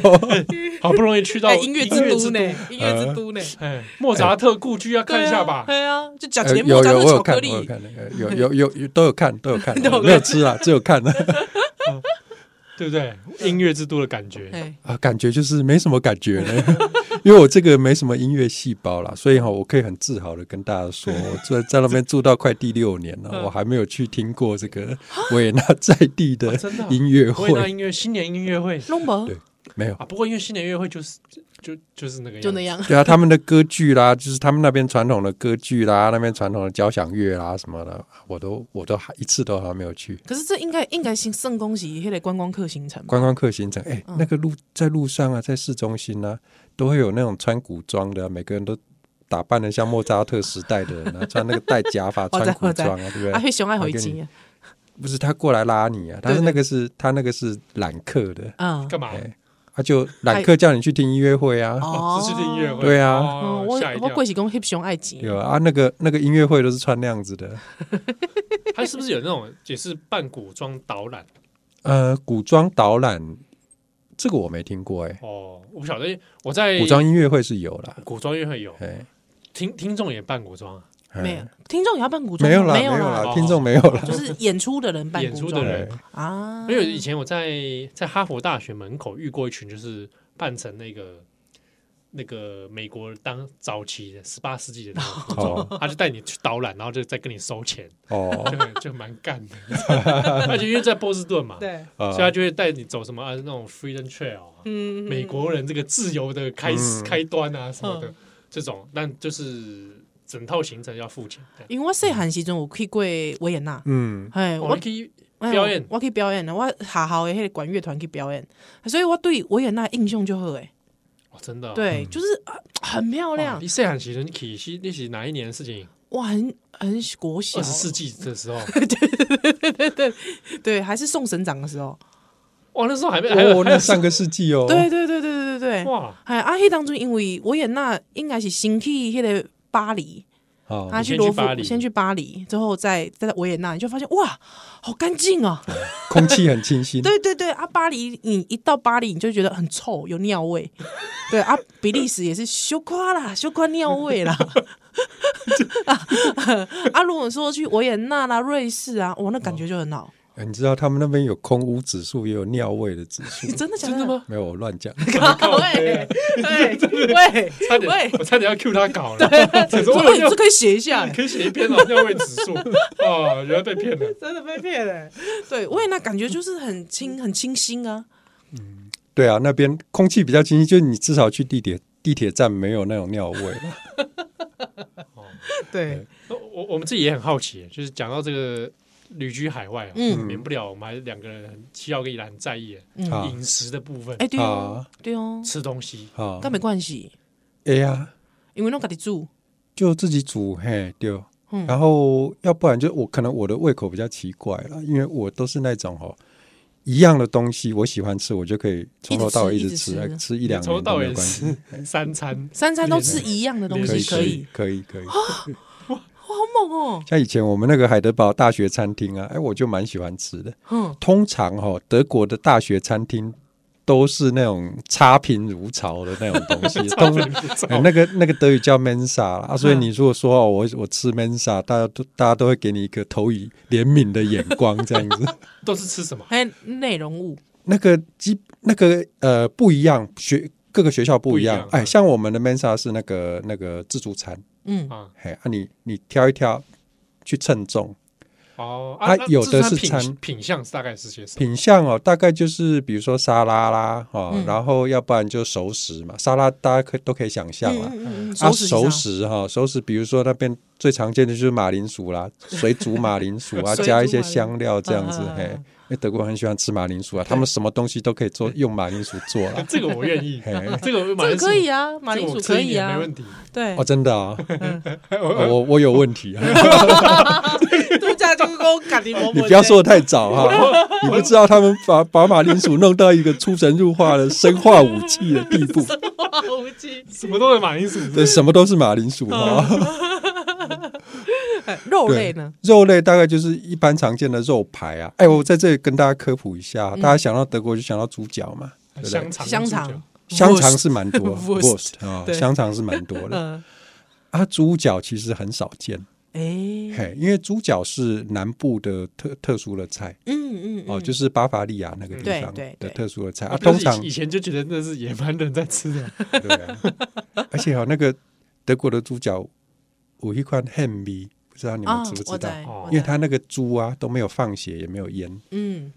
[SPEAKER 2] 好不容易去到
[SPEAKER 3] 哎音乐之都呢， *laughs* 音乐之都呢，
[SPEAKER 2] 哎， *laughs* 莫扎特故居要看一下吧。
[SPEAKER 3] 对啊，对啊就讲
[SPEAKER 4] 呃
[SPEAKER 3] 节
[SPEAKER 4] 有
[SPEAKER 3] 目，讲
[SPEAKER 4] 有
[SPEAKER 3] 个
[SPEAKER 4] 我
[SPEAKER 3] 巧
[SPEAKER 4] 有看，
[SPEAKER 3] 克
[SPEAKER 4] 我
[SPEAKER 3] 力，
[SPEAKER 4] 有看那
[SPEAKER 3] *laughs*
[SPEAKER 4] 个，有有有有都有看，都有看
[SPEAKER 3] 都有，看
[SPEAKER 4] 没有吃啊，只有
[SPEAKER 3] *laughs*
[SPEAKER 4] 看
[SPEAKER 2] 对不对？音乐之都的感觉，
[SPEAKER 3] 哎，
[SPEAKER 4] 啊，感觉就是没什么感觉呢，因为我这个没什么音乐细胞啦，所以哈，我可以很自豪的跟大家说，我在在那边住到快第六年
[SPEAKER 3] 嗯
[SPEAKER 4] 了，我还没有去听过这个维也纳在地的
[SPEAKER 3] 哦
[SPEAKER 2] 真的啊
[SPEAKER 4] 音乐
[SPEAKER 2] 维也纳
[SPEAKER 4] 会，
[SPEAKER 2] 音乐新年音乐会
[SPEAKER 3] 弄不
[SPEAKER 4] 对没有。
[SPEAKER 2] 啊，不过因为新年音乐会就是就就是那个
[SPEAKER 3] 就那样，
[SPEAKER 4] 对啊，他们的歌剧啦，就是他们那边传统的歌剧啦，那边传统的交响乐啦什么的，我都我都还一次都还没有去。
[SPEAKER 3] 可是这应该应该是圣恭喜迄个观光客行程吧？
[SPEAKER 4] 观光客行程，哎、
[SPEAKER 3] 嗯
[SPEAKER 4] 那个路在路上啊，在市中心啊，都会有那种穿古装的啊、每个人都打扮的像莫扎特时代的
[SPEAKER 3] *laughs*
[SPEAKER 4] 人啊，穿那个戴假发，
[SPEAKER 3] 我知
[SPEAKER 4] 穿古
[SPEAKER 3] 我知
[SPEAKER 4] 装啊，对不对？
[SPEAKER 3] 啊，迄熊爱回
[SPEAKER 4] 我跟
[SPEAKER 3] 机
[SPEAKER 4] 你
[SPEAKER 3] 啊，
[SPEAKER 4] 不是他过来拉你啊，但是
[SPEAKER 3] 对对
[SPEAKER 4] 那个是他那个是揽客的，
[SPEAKER 3] 嗯，
[SPEAKER 2] 干嘛？
[SPEAKER 4] 哎他就揽客叫你去听音乐会啊，
[SPEAKER 2] 哦，这是听音乐会，
[SPEAKER 4] 对啊
[SPEAKER 2] 哦
[SPEAKER 3] 嗯我
[SPEAKER 2] 吓一
[SPEAKER 3] 我
[SPEAKER 2] 跳
[SPEAKER 3] 贵。喜公翕熊爱钱，
[SPEAKER 4] 有啊，啊那个那个音乐会都是穿那样子的，
[SPEAKER 2] 他是不是有那种也是半古装导览？
[SPEAKER 4] 呃，古装导览这个我没听过哎、
[SPEAKER 2] 哦，我不晓得，我在
[SPEAKER 4] 古装音乐会是有啦，
[SPEAKER 2] 古装音乐会有
[SPEAKER 4] 哎、
[SPEAKER 2] 听听众也扮古装啊，
[SPEAKER 4] 哎
[SPEAKER 3] 没有听众也要办古装
[SPEAKER 4] 没
[SPEAKER 3] 吗，
[SPEAKER 4] 有啦，
[SPEAKER 3] 没
[SPEAKER 4] 没
[SPEAKER 3] 有
[SPEAKER 4] 有
[SPEAKER 2] 哦
[SPEAKER 4] 啦，听众没有啦，
[SPEAKER 3] 就是演出的人办
[SPEAKER 2] 演
[SPEAKER 3] 古
[SPEAKER 2] 出
[SPEAKER 3] 装
[SPEAKER 2] 的人
[SPEAKER 4] 对。
[SPEAKER 3] 啊，
[SPEAKER 2] 因为以前我在在哈佛大学门口遇过一群，就是扮成那个那个美国当早期的十八世纪的那种服
[SPEAKER 3] 哦
[SPEAKER 2] 装，他就带你去导览，然后就再跟你收钱，
[SPEAKER 4] 哦，
[SPEAKER 2] 就很就蛮干的。 *laughs* 而且因为在波士顿嘛，
[SPEAKER 3] 对，
[SPEAKER 4] 啊
[SPEAKER 2] 所以他就会带你走什么啊那种 freedom trail 啊，
[SPEAKER 3] 嗯，
[SPEAKER 2] 美国人这个自由的开始
[SPEAKER 4] 嗯
[SPEAKER 2] 开端啊什么的
[SPEAKER 3] 嗯
[SPEAKER 2] 这种，但就是整套行程要付钱。这样
[SPEAKER 3] 因为我细汉时阵有去过维也纳，
[SPEAKER 4] 嗯，
[SPEAKER 3] 哎，
[SPEAKER 2] 哦，
[SPEAKER 3] 我
[SPEAKER 2] 你可以
[SPEAKER 3] 哎
[SPEAKER 2] 表演
[SPEAKER 3] 我我去表演的，我学校的迄个管乐团去表演，所以我对维也纳印象就好诶。
[SPEAKER 2] 哦，真的哦哦
[SPEAKER 3] 对，
[SPEAKER 4] 嗯
[SPEAKER 3] 就是啊很漂
[SPEAKER 2] 哇
[SPEAKER 3] 亮
[SPEAKER 2] 你，细汉时阵去是那是哪一年的事情？
[SPEAKER 3] 哇，很很国小
[SPEAKER 2] 二，十世纪
[SPEAKER 3] *laughs*
[SPEAKER 2] 的时候，
[SPEAKER 3] 对，还是送省长的时候，
[SPEAKER 2] 哇，那时候还没还有
[SPEAKER 4] 哦，
[SPEAKER 2] 还有
[SPEAKER 4] 那上个世纪哦，
[SPEAKER 3] 对对对对对对对， *laughs*
[SPEAKER 2] 哇，
[SPEAKER 3] 哎，啊，迄当中因为维也纳应该是先去迄个巴黎，
[SPEAKER 4] 哦
[SPEAKER 3] 他
[SPEAKER 2] 你
[SPEAKER 3] 去
[SPEAKER 2] 先
[SPEAKER 3] 罗
[SPEAKER 2] 去
[SPEAKER 3] 浮
[SPEAKER 2] 巴黎
[SPEAKER 3] 先去巴黎，之后再再到维也纳，你就发现哇，好干净啊！
[SPEAKER 4] 空气很清新，
[SPEAKER 3] 对对对啊，巴黎你一到巴黎你就觉得很臭，有尿味。对啊，比利时也是羞夸啦，羞夸尿味啦。 *laughs* 啊， *laughs* 如果说去维也纳啦、瑞士啊，哇，那感觉就很
[SPEAKER 2] 哦
[SPEAKER 3] 好。
[SPEAKER 4] 呃你知道他们那边有空污指数，也有尿味的指数
[SPEAKER 3] 你，真的假的？哎
[SPEAKER 2] 真的
[SPEAKER 3] *laughs*
[SPEAKER 2] 吗？
[SPEAKER 4] 没有我乱讲。
[SPEAKER 2] *laughs*
[SPEAKER 3] 喂喂 *laughs* 喂
[SPEAKER 2] 差点
[SPEAKER 3] 喂，
[SPEAKER 2] 我差点要 Q 他搞了， *laughs*
[SPEAKER 3] 这
[SPEAKER 2] 这种
[SPEAKER 3] 可以
[SPEAKER 2] 尿
[SPEAKER 3] 哎这可以写一下、欸
[SPEAKER 2] 可以写一篇哦，尿味指
[SPEAKER 3] *laughs*
[SPEAKER 2] 数哦，原来被骗了。
[SPEAKER 3] 真的被骗了、 *laughs* 对，维也纳感觉就是很清很清新啊。
[SPEAKER 4] 对啊，那边空气比较清新，就是你至少去地铁地铁站没有那种尿味了。
[SPEAKER 3] 对，
[SPEAKER 2] 那我我们自己也很好奇，就是讲到这个旅居海外啊，
[SPEAKER 3] 嗯
[SPEAKER 2] 免不了我们还两个人很七号跟依兰很在意
[SPEAKER 3] 嗯
[SPEAKER 4] 啊
[SPEAKER 2] 饮食的部分，
[SPEAKER 3] 哎、对哦
[SPEAKER 4] 啊
[SPEAKER 3] 对哦，
[SPEAKER 2] 吃东西
[SPEAKER 4] 啊
[SPEAKER 3] 但，没关系，
[SPEAKER 4] 哎呀，
[SPEAKER 3] 因为弄家己住。
[SPEAKER 4] 就自己煮嘿，对。
[SPEAKER 3] 嗯
[SPEAKER 4] 然后要不然就我可能我的胃口比较奇怪了，因为我都是那种哦。一样的东西，我喜欢吃，我就可以从头到尾
[SPEAKER 3] 一
[SPEAKER 4] 一
[SPEAKER 3] 直
[SPEAKER 4] 直
[SPEAKER 3] 吃
[SPEAKER 4] 吃，哎
[SPEAKER 3] 一直吃
[SPEAKER 4] 吃一两
[SPEAKER 2] 从头
[SPEAKER 4] 年
[SPEAKER 2] 到
[SPEAKER 4] 都没有
[SPEAKER 2] 尾
[SPEAKER 4] 关系。
[SPEAKER 2] 吃三餐，
[SPEAKER 3] 三餐都吃一样的东
[SPEAKER 2] 可
[SPEAKER 3] 西，
[SPEAKER 2] 以
[SPEAKER 3] 可以，
[SPEAKER 4] 可以，可以。
[SPEAKER 3] 哇，好猛哦！
[SPEAKER 4] 像以前我们那个海德堡大学餐厅啊，哎，我就蛮喜欢吃的。
[SPEAKER 3] 嗯，
[SPEAKER 4] 通常哈、哦，德国的大学餐厅都是那种差评如潮的那种
[SPEAKER 2] *laughs*
[SPEAKER 4] 东西，通常 *laughs* 哎那个那个德语叫 Mensa 啊，所以你如果说哦，我我吃 Mensa，大家都大家都会给你一个投以怜悯的眼光，这样子。
[SPEAKER 2] *laughs* 都是吃什么？
[SPEAKER 3] 还有内容物，
[SPEAKER 4] 那个基那个呃不一样，学各个学校不一样。
[SPEAKER 2] 不一样啊
[SPEAKER 4] 哎，像我们的 Mensa 是那个那个自助餐，
[SPEAKER 3] 嗯，
[SPEAKER 2] 啊
[SPEAKER 4] 嘿，啊你你挑一挑去称重，
[SPEAKER 2] 哦，
[SPEAKER 4] 啊
[SPEAKER 2] 那
[SPEAKER 4] 有的
[SPEAKER 2] 自助
[SPEAKER 4] 是
[SPEAKER 2] 品
[SPEAKER 4] 餐
[SPEAKER 2] 品相大概是些什么？
[SPEAKER 4] 品相哦，大概就是比如说沙拉啦，哦，
[SPEAKER 3] 嗯
[SPEAKER 4] 然后要不然就熟食嘛，沙拉大家可都可以想象啦。
[SPEAKER 3] 嗯嗯嗯，
[SPEAKER 4] 啊，
[SPEAKER 3] 熟食
[SPEAKER 4] 熟食哈、熟食，比如说那边最常见的就是马铃
[SPEAKER 3] *laughs*
[SPEAKER 4] 薯啦，水煮马铃薯啊，
[SPEAKER 3] 水煮
[SPEAKER 4] 加一些
[SPEAKER 3] 马铃
[SPEAKER 4] 香料这样子
[SPEAKER 3] 嗯嗯，嗯
[SPEAKER 4] 嘿
[SPEAKER 3] 嗯，
[SPEAKER 4] 因为德国人很喜欢吃马铃薯啊，他们什么东西都可以做，用马铃薯做啦
[SPEAKER 2] *laughs* 。这个我愿
[SPEAKER 4] *laughs*
[SPEAKER 2] 意
[SPEAKER 4] 嘿，
[SPEAKER 2] 这个我马
[SPEAKER 3] 这个
[SPEAKER 2] 铃薯
[SPEAKER 3] 可以啊，马
[SPEAKER 2] 这
[SPEAKER 3] 铃
[SPEAKER 2] 个
[SPEAKER 3] 薯
[SPEAKER 2] 我
[SPEAKER 3] 可
[SPEAKER 2] 吃一
[SPEAKER 3] 以
[SPEAKER 2] 年
[SPEAKER 3] 啊
[SPEAKER 2] 没，问题。
[SPEAKER 3] 对
[SPEAKER 4] 哦，，真的啊，
[SPEAKER 3] 嗯
[SPEAKER 4] 哦
[SPEAKER 2] 我
[SPEAKER 4] 我我有问
[SPEAKER 3] *laughs*
[SPEAKER 4] 题啊，
[SPEAKER 3] 度假就跟咖喱馍
[SPEAKER 4] *laughs* 你不要说的太早哈、 *laughs* 你不知道他们把把马铃薯弄到一个出神入化的生化武器的地
[SPEAKER 3] *laughs*
[SPEAKER 4] 步，
[SPEAKER 3] 无忌，
[SPEAKER 2] 什么都有马铃薯，
[SPEAKER 4] 对，什么都是马铃薯啊
[SPEAKER 3] 嗯
[SPEAKER 4] 哈、
[SPEAKER 3] *laughs* 哎肉类
[SPEAKER 4] 对
[SPEAKER 3] 呢？
[SPEAKER 4] 肉类大概就是一般常见的肉排啊。哎，我在这里跟大家科普一下，
[SPEAKER 3] 嗯
[SPEAKER 4] 大家想到德国就想到猪脚嘛，
[SPEAKER 3] 啊
[SPEAKER 4] 对不对
[SPEAKER 2] 香？肠、
[SPEAKER 3] 香肠，
[SPEAKER 4] 香肠是蛮多
[SPEAKER 3] *laughs*
[SPEAKER 4] 哦
[SPEAKER 3] Wurst，
[SPEAKER 4] ，wurst 啊
[SPEAKER 3] 对，
[SPEAKER 4] 香肠是蛮多的
[SPEAKER 3] 嗯，
[SPEAKER 4] 啊。猪脚其实很少见，
[SPEAKER 3] 哎，
[SPEAKER 4] 嘿，因为猪脚是南部的特特殊的菜
[SPEAKER 3] 嗯嗯，
[SPEAKER 4] 哦，
[SPEAKER 3] 嗯
[SPEAKER 4] 就是巴伐利亚那个地
[SPEAKER 3] 对
[SPEAKER 4] 方
[SPEAKER 3] 对
[SPEAKER 4] 的
[SPEAKER 3] 对
[SPEAKER 4] 特殊的菜啊，
[SPEAKER 2] 那
[SPEAKER 4] 通
[SPEAKER 2] 是以
[SPEAKER 4] 常
[SPEAKER 2] 以前就觉得那是野蛮人在吃的，
[SPEAKER 4] 对啊，
[SPEAKER 3] *laughs*
[SPEAKER 4] 而且哦，那个德国的猪脚有一款 h a m 不知道你
[SPEAKER 3] 啊
[SPEAKER 4] 们知不
[SPEAKER 3] 我
[SPEAKER 4] 知道？
[SPEAKER 3] 在
[SPEAKER 2] 哦
[SPEAKER 3] 我
[SPEAKER 4] 因为
[SPEAKER 3] 在
[SPEAKER 4] 它那个猪啊都没有放血，也没有腌，
[SPEAKER 3] 嗯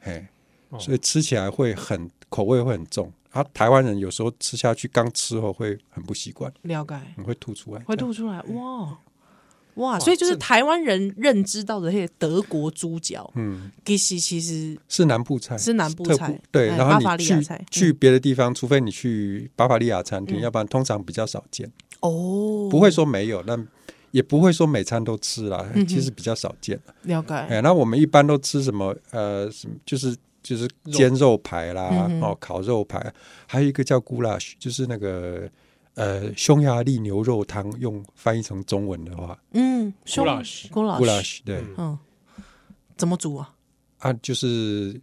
[SPEAKER 4] 嘿，
[SPEAKER 2] 哦
[SPEAKER 4] 所以吃起来会很口味会很重。啊，台湾人有时候吃下去，刚吃后会很不习惯，
[SPEAKER 3] 了解，
[SPEAKER 4] 你会吐出来。
[SPEAKER 3] 会
[SPEAKER 4] 这样
[SPEAKER 3] 吐出来，哇哇，所以就是台湾人认知到的那些德国猪脚，
[SPEAKER 4] 嗯，
[SPEAKER 3] 其实其实
[SPEAKER 4] 是南部菜，
[SPEAKER 3] 是南部
[SPEAKER 4] 特
[SPEAKER 3] 菜
[SPEAKER 4] 对，
[SPEAKER 3] 哎
[SPEAKER 4] 然
[SPEAKER 3] 巴
[SPEAKER 4] 后
[SPEAKER 3] 伐利
[SPEAKER 4] 你去
[SPEAKER 3] 亚菜
[SPEAKER 4] 去别的地方，除非你去巴伐利亚餐厅，
[SPEAKER 3] 嗯
[SPEAKER 4] 要不然通常比较少见，
[SPEAKER 3] 哦，
[SPEAKER 4] 不会说没有，但也不会说每餐都吃啦
[SPEAKER 3] 嗯，哼
[SPEAKER 4] 其实比较少见。
[SPEAKER 3] 了解，
[SPEAKER 4] 哎，那我们一般都吃什么？呃，什么就是就是煎肉排啦，
[SPEAKER 3] 嗯哼
[SPEAKER 4] 哦，烤肉排，还有一个叫 goulash，就是那个呃匈牙利牛肉汤，用翻译成中文的话
[SPEAKER 3] 嗯，
[SPEAKER 2] 古老师
[SPEAKER 3] 郭老师，
[SPEAKER 4] ，goulash 对、
[SPEAKER 2] 嗯
[SPEAKER 3] 嗯，怎么煮啊？
[SPEAKER 4] 啊，就是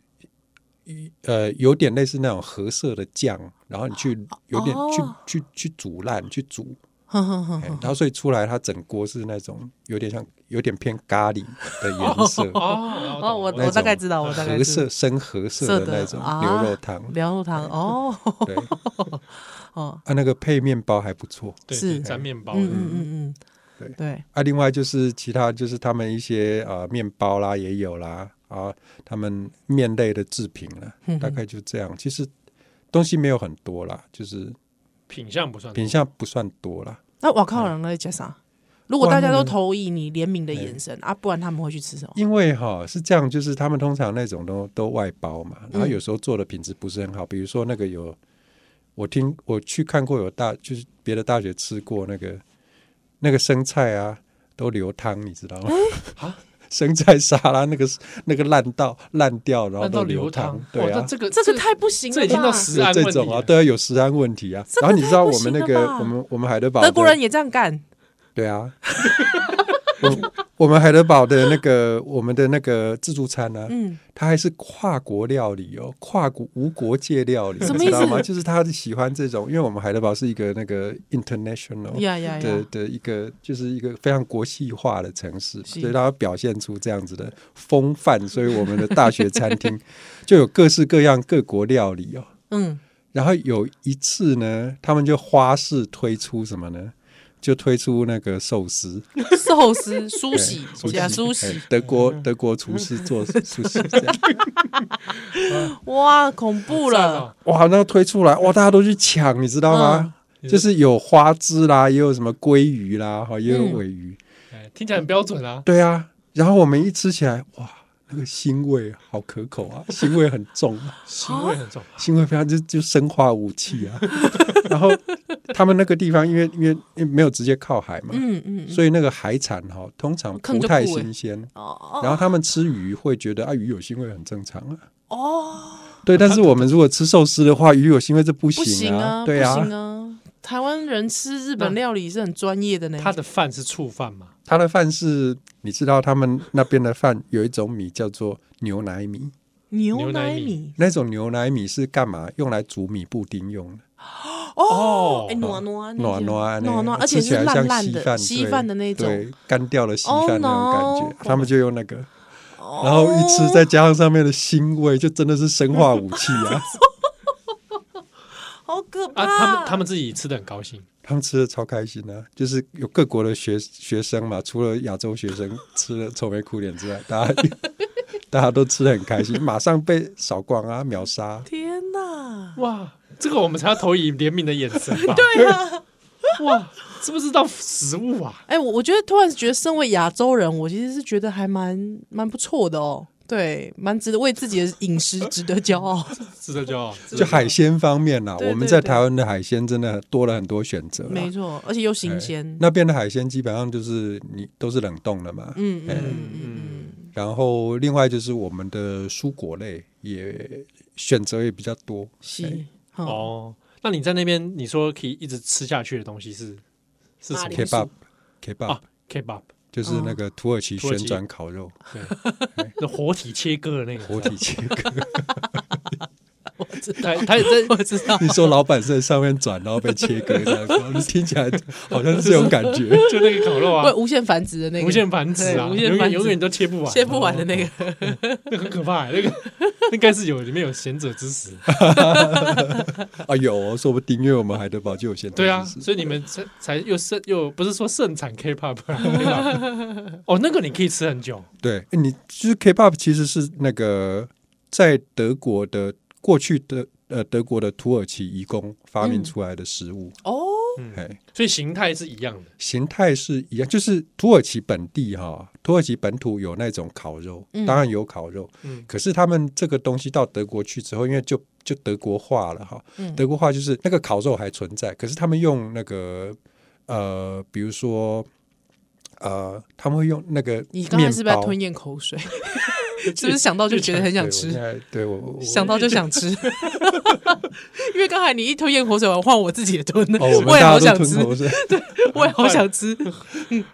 [SPEAKER 4] 呃有点类似那种褐色的酱，然后你去有点去、
[SPEAKER 3] 哦
[SPEAKER 4] 去去煮烂去煮，
[SPEAKER 3] 哼哼哼
[SPEAKER 4] 哎
[SPEAKER 3] 哼，
[SPEAKER 4] 然后所以出来它整锅是那种有点像有点偏咖喱的颜色。
[SPEAKER 2] 哦
[SPEAKER 3] 哦，我
[SPEAKER 4] 那
[SPEAKER 3] 我大概
[SPEAKER 4] 种
[SPEAKER 3] 知道，我大概知
[SPEAKER 4] 褐
[SPEAKER 3] 道
[SPEAKER 4] 色深褐色的那种
[SPEAKER 3] 啊
[SPEAKER 4] 牛肉汤，
[SPEAKER 3] 牛肉汤哦，
[SPEAKER 4] *laughs* 对，
[SPEAKER 3] *laughs* 哦，
[SPEAKER 4] 啊，那个配面包还不错
[SPEAKER 2] 对
[SPEAKER 3] 是
[SPEAKER 2] 沾面包的，
[SPEAKER 3] 嗯嗯嗯
[SPEAKER 4] 对
[SPEAKER 3] 嗯，对，
[SPEAKER 4] 啊。另外就是其他就是他们一些呃面包啦也有啦啊，他们面类的制品啦，
[SPEAKER 3] 嗯哼
[SPEAKER 4] 大概就这样。其实东西没有很多啦，就是
[SPEAKER 2] 品相不算多
[SPEAKER 4] 品相不算多啦。
[SPEAKER 3] 那我靠，人类加啥？如果大家
[SPEAKER 4] 外
[SPEAKER 3] 都
[SPEAKER 4] 面
[SPEAKER 3] 投以你怜悯的眼神啊，不然他们会去吃什么？
[SPEAKER 4] 因为哈是这样，就是他们通常那种都都外包嘛，然后有时候做的品质不是很好，比如说那个有我听我去看过有大就是别的大学吃过那个那个生菜啊都流汤，你知道吗？
[SPEAKER 2] 啊，
[SPEAKER 4] *laughs* 生菜沙拉那个那个烂到烂掉，然后
[SPEAKER 2] 那到
[SPEAKER 4] 都
[SPEAKER 2] 流
[SPEAKER 4] 汤
[SPEAKER 2] 汤，，
[SPEAKER 4] 对
[SPEAKER 2] 哇
[SPEAKER 4] 啊
[SPEAKER 2] 那。这个
[SPEAKER 3] 这个太不行
[SPEAKER 2] 这已经
[SPEAKER 3] 了
[SPEAKER 2] 到
[SPEAKER 3] 吧！
[SPEAKER 2] 食
[SPEAKER 4] 有
[SPEAKER 2] 安
[SPEAKER 4] 这
[SPEAKER 2] 问
[SPEAKER 4] 种
[SPEAKER 2] 题
[SPEAKER 4] 啊，
[SPEAKER 2] 了，
[SPEAKER 4] 都要有食安问题啊。
[SPEAKER 3] 这个
[SPEAKER 4] 然后你知道我们那
[SPEAKER 3] 太不行
[SPEAKER 4] 个
[SPEAKER 3] 了吧
[SPEAKER 4] 我们我们海德堡的
[SPEAKER 3] 德国人也这样干，
[SPEAKER 4] 对啊， *laughs* 我我们海德堡的那个我们的那个自助餐啊呢、
[SPEAKER 3] 嗯，
[SPEAKER 4] 它还是跨国料理哦，跨国无国界料理，
[SPEAKER 3] 什么
[SPEAKER 4] 你知道
[SPEAKER 3] 意思
[SPEAKER 4] 吗？就是他喜欢这种，因为我们海德堡是一个那个 international
[SPEAKER 3] 呀呀
[SPEAKER 4] 的
[SPEAKER 3] 呀，
[SPEAKER 4] 的一个，就是一个非常国际化的城市，
[SPEAKER 3] 是
[SPEAKER 4] 所以它表现出这样子的风范，所以我们的大学餐厅 *laughs* 就有各式各样各国料理哦。
[SPEAKER 3] 嗯，
[SPEAKER 4] 然后有一次呢，他们就花式推出什么呢？就推出那个寿司，
[SPEAKER 3] 寿司、苏喜嗯
[SPEAKER 4] 对、
[SPEAKER 3] 假苏喜
[SPEAKER 4] 哎，德国德国厨师
[SPEAKER 3] *laughs*
[SPEAKER 4] 做苏西这样，
[SPEAKER 3] 哇，恐怖
[SPEAKER 2] 赞
[SPEAKER 3] 了！
[SPEAKER 2] 哦
[SPEAKER 4] 哇，那推出来，
[SPEAKER 3] 嗯
[SPEAKER 4] 哇，大家都去抢，你知道吗？就是有花枝啦，也有什么鲑鱼啦，哈，也有
[SPEAKER 3] 嗯
[SPEAKER 4] 尾鱼，
[SPEAKER 2] 哎听起来很标准啊，
[SPEAKER 4] 对啊。然后我们一吃起来，哇，那个腥味好可口
[SPEAKER 3] *laughs*
[SPEAKER 4] 啊，腥味很重啊。
[SPEAKER 2] 腥味很重，
[SPEAKER 4] 新会非常就就生化武器
[SPEAKER 3] *laughs*
[SPEAKER 4] 啊。然后他们那个地方因为因为因为没有直接靠海嘛，
[SPEAKER 3] 嗯嗯，嗯
[SPEAKER 4] 所以那个海产哈、通常
[SPEAKER 3] 坑
[SPEAKER 4] 不
[SPEAKER 3] 就
[SPEAKER 4] 太
[SPEAKER 3] 不欸
[SPEAKER 4] 新鲜。
[SPEAKER 3] 哦
[SPEAKER 4] 然后他们吃鱼会觉得啊鱼有腥味很正常啊，
[SPEAKER 3] 哦，
[SPEAKER 4] 对。但是我们如果吃寿司的话，鱼有腥味这不
[SPEAKER 3] 不
[SPEAKER 4] 行
[SPEAKER 3] 行
[SPEAKER 4] 啊，
[SPEAKER 3] 啊，不
[SPEAKER 4] 对啊。
[SPEAKER 3] 行啊！台湾人吃日本料理是很专业的呢，
[SPEAKER 2] 他的饭是醋饭嘛，
[SPEAKER 4] 他的饭是，你知道他们那边的饭有一种米叫做牛奶米，
[SPEAKER 3] 牛
[SPEAKER 2] 奶
[SPEAKER 3] 奶
[SPEAKER 2] 米
[SPEAKER 3] 米
[SPEAKER 4] 那种牛奶米是干嘛？用来煮米布丁用的。
[SPEAKER 2] 哦
[SPEAKER 3] 哎，暖暖
[SPEAKER 4] 暖暖
[SPEAKER 3] 暖暖，而且
[SPEAKER 4] 吃起
[SPEAKER 3] 是
[SPEAKER 4] 来
[SPEAKER 3] 烂
[SPEAKER 4] 像
[SPEAKER 3] 烂的
[SPEAKER 4] 稀
[SPEAKER 3] 稀
[SPEAKER 4] 饭
[SPEAKER 3] 饭的那
[SPEAKER 4] 对
[SPEAKER 3] 种，
[SPEAKER 4] 对干掉了稀饭那种感觉
[SPEAKER 3] Oh no 哦
[SPEAKER 4] 他们就用那个，然后一吃再加上上面的腥味，就真的是生化武器
[SPEAKER 3] *laughs*
[SPEAKER 4] 啊！
[SPEAKER 3] 好可怕！
[SPEAKER 2] 啊，他们他们自己吃的很高兴，
[SPEAKER 4] 他们吃的超开心啊，就是有各国的学学生嘛，除了亚洲学生吃了愁眉苦脸之外，大家 *laughs* 大家都吃的很开心，马上被扫光啊，秒杀。
[SPEAKER 3] 天哪！
[SPEAKER 2] 哇，这个我们才要投以怜悯的眼神
[SPEAKER 3] *laughs*
[SPEAKER 2] 吧，对啊，哇，知不知道食物啊？
[SPEAKER 3] 哎、我我觉得突然觉得，身为亚洲人，我其实是觉得还蛮蛮不错的哦。对，蛮值得为自己的饮食值得骄傲。
[SPEAKER 2] 值得骄傲，值
[SPEAKER 4] 就
[SPEAKER 2] 得骄傲
[SPEAKER 4] 海鲜方面啦，
[SPEAKER 3] 对
[SPEAKER 4] 我们
[SPEAKER 3] 对
[SPEAKER 4] 在
[SPEAKER 3] 对
[SPEAKER 4] 台湾的海鲜真的多了很多选择啦，啊
[SPEAKER 3] 没错，而且又
[SPEAKER 4] 哎
[SPEAKER 3] 新鲜。
[SPEAKER 4] 那边的海鲜基本上就是你都是冷冻的嘛，
[SPEAKER 3] 嗯
[SPEAKER 4] 哎
[SPEAKER 3] 嗯
[SPEAKER 4] 然后另外就是我们的蔬果类也选择也比较多，
[SPEAKER 3] 是
[SPEAKER 4] 哎
[SPEAKER 3] 哦，
[SPEAKER 2] 哦。那你在那边，你说可以一直吃下去的东西是是什
[SPEAKER 3] 马
[SPEAKER 2] 么
[SPEAKER 3] 铃薯
[SPEAKER 4] kebab kebab、
[SPEAKER 2] 啊？kebab，
[SPEAKER 4] 就是
[SPEAKER 3] 哦
[SPEAKER 4] 那个土耳其
[SPEAKER 2] 土耳
[SPEAKER 4] 旋
[SPEAKER 2] 其
[SPEAKER 4] 转烤肉，
[SPEAKER 2] 对，那活体切割的那个
[SPEAKER 4] 活体切割，
[SPEAKER 3] 知道
[SPEAKER 2] 台台真
[SPEAKER 3] 我知道，
[SPEAKER 4] *laughs* 你说老板在上面转，然后被切割这样子，你听起来好像是这种感觉。
[SPEAKER 2] *laughs* *laughs* 就那个烤肉啊
[SPEAKER 3] 会，无限繁殖的那个，
[SPEAKER 2] 无限繁殖啊，
[SPEAKER 3] 对无限繁
[SPEAKER 2] 永
[SPEAKER 3] 殖
[SPEAKER 2] 远永远都切不完，
[SPEAKER 3] 切不完的那个，
[SPEAKER 2] 那很可怕欸，那个
[SPEAKER 3] *laughs*
[SPEAKER 2] 应该是有里面有贤者之石，
[SPEAKER 4] 啊，有、哦，说不定因为我们海德堡就有现代
[SPEAKER 2] 对啊，
[SPEAKER 4] 知识
[SPEAKER 2] 所以你们才才又盛又不是说盛产 K-pop，啊 K-pop *laughs* 哦，那个你可以吃很久，
[SPEAKER 4] 对，诶你就是 K-pop 其实是那个在德国的过去的呃德国的土耳其移工发
[SPEAKER 2] 嗯
[SPEAKER 4] 明出来的食物，
[SPEAKER 3] 哦，
[SPEAKER 4] 哎、
[SPEAKER 2] 所以形态是一样的，
[SPEAKER 4] 形态是一样，就是土耳其本地哈、土耳其本土有那种烤肉，
[SPEAKER 3] 嗯
[SPEAKER 4] 当然有烤肉，
[SPEAKER 2] 嗯
[SPEAKER 4] 可是他们这个东西到德国去之后，因为就就德国化了哈，
[SPEAKER 3] 嗯
[SPEAKER 4] 德国化就是那个烤肉还存在，可是他们用那个呃，比如说呃，他们会用那个
[SPEAKER 3] 你刚才
[SPEAKER 4] 面
[SPEAKER 3] 是不是在
[SPEAKER 4] 包
[SPEAKER 3] 吞咽口水？ *laughs* 是不是想到就觉得很想
[SPEAKER 4] *laughs* 对我现
[SPEAKER 3] 吃？
[SPEAKER 4] 在对我我
[SPEAKER 3] 想到就想吃， *laughs* 因为刚才你一吞咽口水，我换我自己也吞了，
[SPEAKER 4] 哦，我们
[SPEAKER 3] 也
[SPEAKER 4] 大
[SPEAKER 3] 好
[SPEAKER 4] 家
[SPEAKER 3] 想
[SPEAKER 4] 都
[SPEAKER 3] 吃
[SPEAKER 4] 吞，口水。
[SPEAKER 3] 我也好想吃，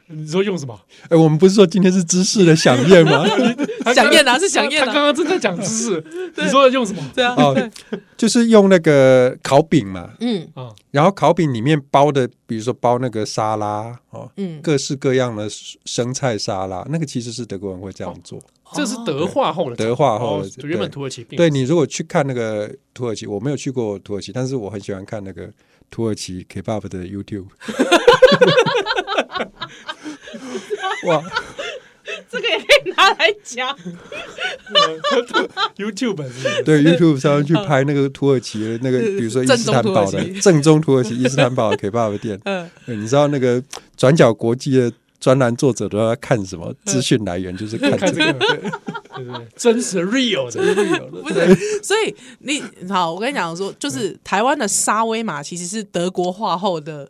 [SPEAKER 2] 你说用什么？
[SPEAKER 4] 哎，我们不是说今天是知识的飨宴吗？ *laughs*
[SPEAKER 2] 他刚
[SPEAKER 3] 想念啊，是想念
[SPEAKER 2] 他刚
[SPEAKER 3] 啊，
[SPEAKER 2] 刚正在讲知识，你说用什么？
[SPEAKER 3] *laughs* 对啊，
[SPEAKER 4] 哦，就是用那个烤饼嘛，
[SPEAKER 3] 嗯
[SPEAKER 2] 啊，
[SPEAKER 4] 然后烤饼里面包的，比如说包那个沙拉哦，
[SPEAKER 3] 嗯，
[SPEAKER 4] 各式各样的生菜沙拉，那个其实是德国人会这样做。
[SPEAKER 2] 这
[SPEAKER 3] 哦
[SPEAKER 2] 是德化后的
[SPEAKER 4] 德化后
[SPEAKER 2] 哦
[SPEAKER 4] 的
[SPEAKER 2] 原本
[SPEAKER 4] 对
[SPEAKER 2] 土耳其并
[SPEAKER 4] 对你如果去看那个土耳其，我没有去过土耳其，但是我很喜欢看那个土耳其 Kebab 的 YouTube。哇，
[SPEAKER 3] 这个也可以 *laughs* 拿来讲，
[SPEAKER 2] YouTube 是不是
[SPEAKER 4] 对 YouTube 上面去拍那个土耳其的那个，比如说伊
[SPEAKER 3] 正
[SPEAKER 4] 斯
[SPEAKER 3] 宗
[SPEAKER 4] 坦
[SPEAKER 3] 土耳
[SPEAKER 4] 堡的
[SPEAKER 3] 其
[SPEAKER 4] 正宗土耳其伊斯坦堡的 Kebab 店，
[SPEAKER 3] 嗯，
[SPEAKER 4] 对你知道那个转角国际的专栏作者都要看什么资讯来源，就是 *laughs* 看
[SPEAKER 2] 看
[SPEAKER 4] 这
[SPEAKER 2] 这
[SPEAKER 4] 个。
[SPEAKER 2] 个，对对对，真实 real 的，
[SPEAKER 3] 不是， *laughs* 所以你好，我跟你讲说，就是
[SPEAKER 4] 嗯
[SPEAKER 3] 台湾的沙威玛其实是德国化后的，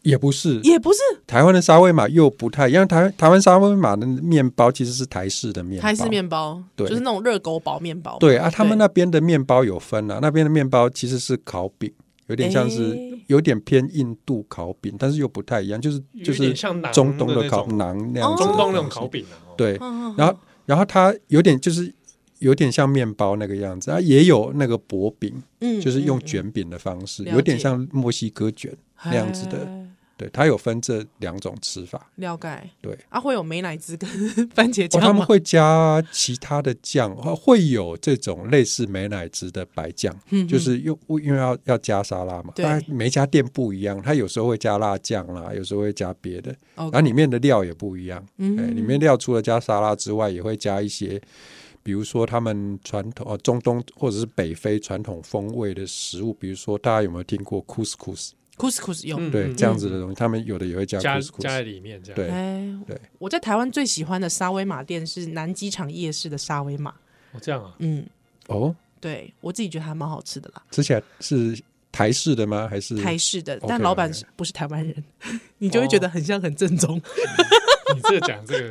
[SPEAKER 4] 也不是，
[SPEAKER 3] 也不是
[SPEAKER 4] 台湾的沙威玛又不太一样。台台湾沙威玛的面包其实是台式的面包，
[SPEAKER 3] 台式面包，
[SPEAKER 4] 对
[SPEAKER 3] 就是那种热狗堡面包，
[SPEAKER 4] 对啊，他们
[SPEAKER 3] 对
[SPEAKER 4] 那边的面包有分啊，那边的面包其实是烤饼，有点像是、
[SPEAKER 3] 诶
[SPEAKER 4] 有点偏印度烤饼，但是又不太一样，就是就
[SPEAKER 2] 有
[SPEAKER 4] 是
[SPEAKER 2] 点像馕
[SPEAKER 4] 中东
[SPEAKER 2] 的
[SPEAKER 4] 的
[SPEAKER 2] 那
[SPEAKER 4] 烤嗯
[SPEAKER 2] 种
[SPEAKER 4] 馕那样子的
[SPEAKER 2] 中东那种
[SPEAKER 4] 东西
[SPEAKER 2] 烤饼啊，哦
[SPEAKER 4] 对，
[SPEAKER 3] 嗯，嗯
[SPEAKER 4] 然后然后它有点就是有点像面包那个样子，啊，也有那个薄饼，
[SPEAKER 3] 嗯
[SPEAKER 4] 就是用
[SPEAKER 3] 嗯嗯
[SPEAKER 4] 卷饼的方式，
[SPEAKER 3] 了解
[SPEAKER 4] 有点像墨西哥卷那样子的。
[SPEAKER 3] 哎
[SPEAKER 4] 对，它有分这两种吃法。
[SPEAKER 3] 了解。
[SPEAKER 4] 对，
[SPEAKER 3] 啊，会有美乃滋跟 *laughs* 番茄
[SPEAKER 4] 哦，
[SPEAKER 3] 酱
[SPEAKER 4] 他们
[SPEAKER 3] 吗？
[SPEAKER 4] 会加其他的酱，哦会有这种类似美乃滋的白酱，
[SPEAKER 3] 嗯
[SPEAKER 4] 就是用因为要要加沙拉嘛，
[SPEAKER 3] 对
[SPEAKER 4] 它每一家店不一样，它有时候会加辣酱啦，有时候会加别的，
[SPEAKER 3] OK
[SPEAKER 4] 然后里面的料也不一样，
[SPEAKER 3] 嗯
[SPEAKER 4] 哎，里面料除了加沙拉之外，也会加一些，比如说他们传统呃中东或者是北非传统风味的食物，比如说大家有没有听过 couscous？
[SPEAKER 3] couscous 有。
[SPEAKER 2] 嗯
[SPEAKER 4] 对，
[SPEAKER 2] 嗯
[SPEAKER 4] 这样子的东西，他们有的也会加
[SPEAKER 2] 加加在
[SPEAKER 4] couscous。
[SPEAKER 2] 里面这样，
[SPEAKER 4] 对
[SPEAKER 3] 哎，
[SPEAKER 4] 对
[SPEAKER 3] 我在台湾最喜欢的沙威玛店是南机场夜市的沙威玛。
[SPEAKER 2] 哦这样啊，
[SPEAKER 3] 嗯，
[SPEAKER 4] 哦，
[SPEAKER 3] 对我自己觉得还蛮好吃的啦，
[SPEAKER 4] 吃起来是台式的吗？还是
[SPEAKER 3] 台式的，
[SPEAKER 4] OK，
[SPEAKER 3] 但老板
[SPEAKER 4] OK 哦
[SPEAKER 3] 是不是台湾人， *laughs* 你就会觉得很像很正宗。
[SPEAKER 2] *laughs* 你这讲这
[SPEAKER 3] *laughs*
[SPEAKER 2] 个，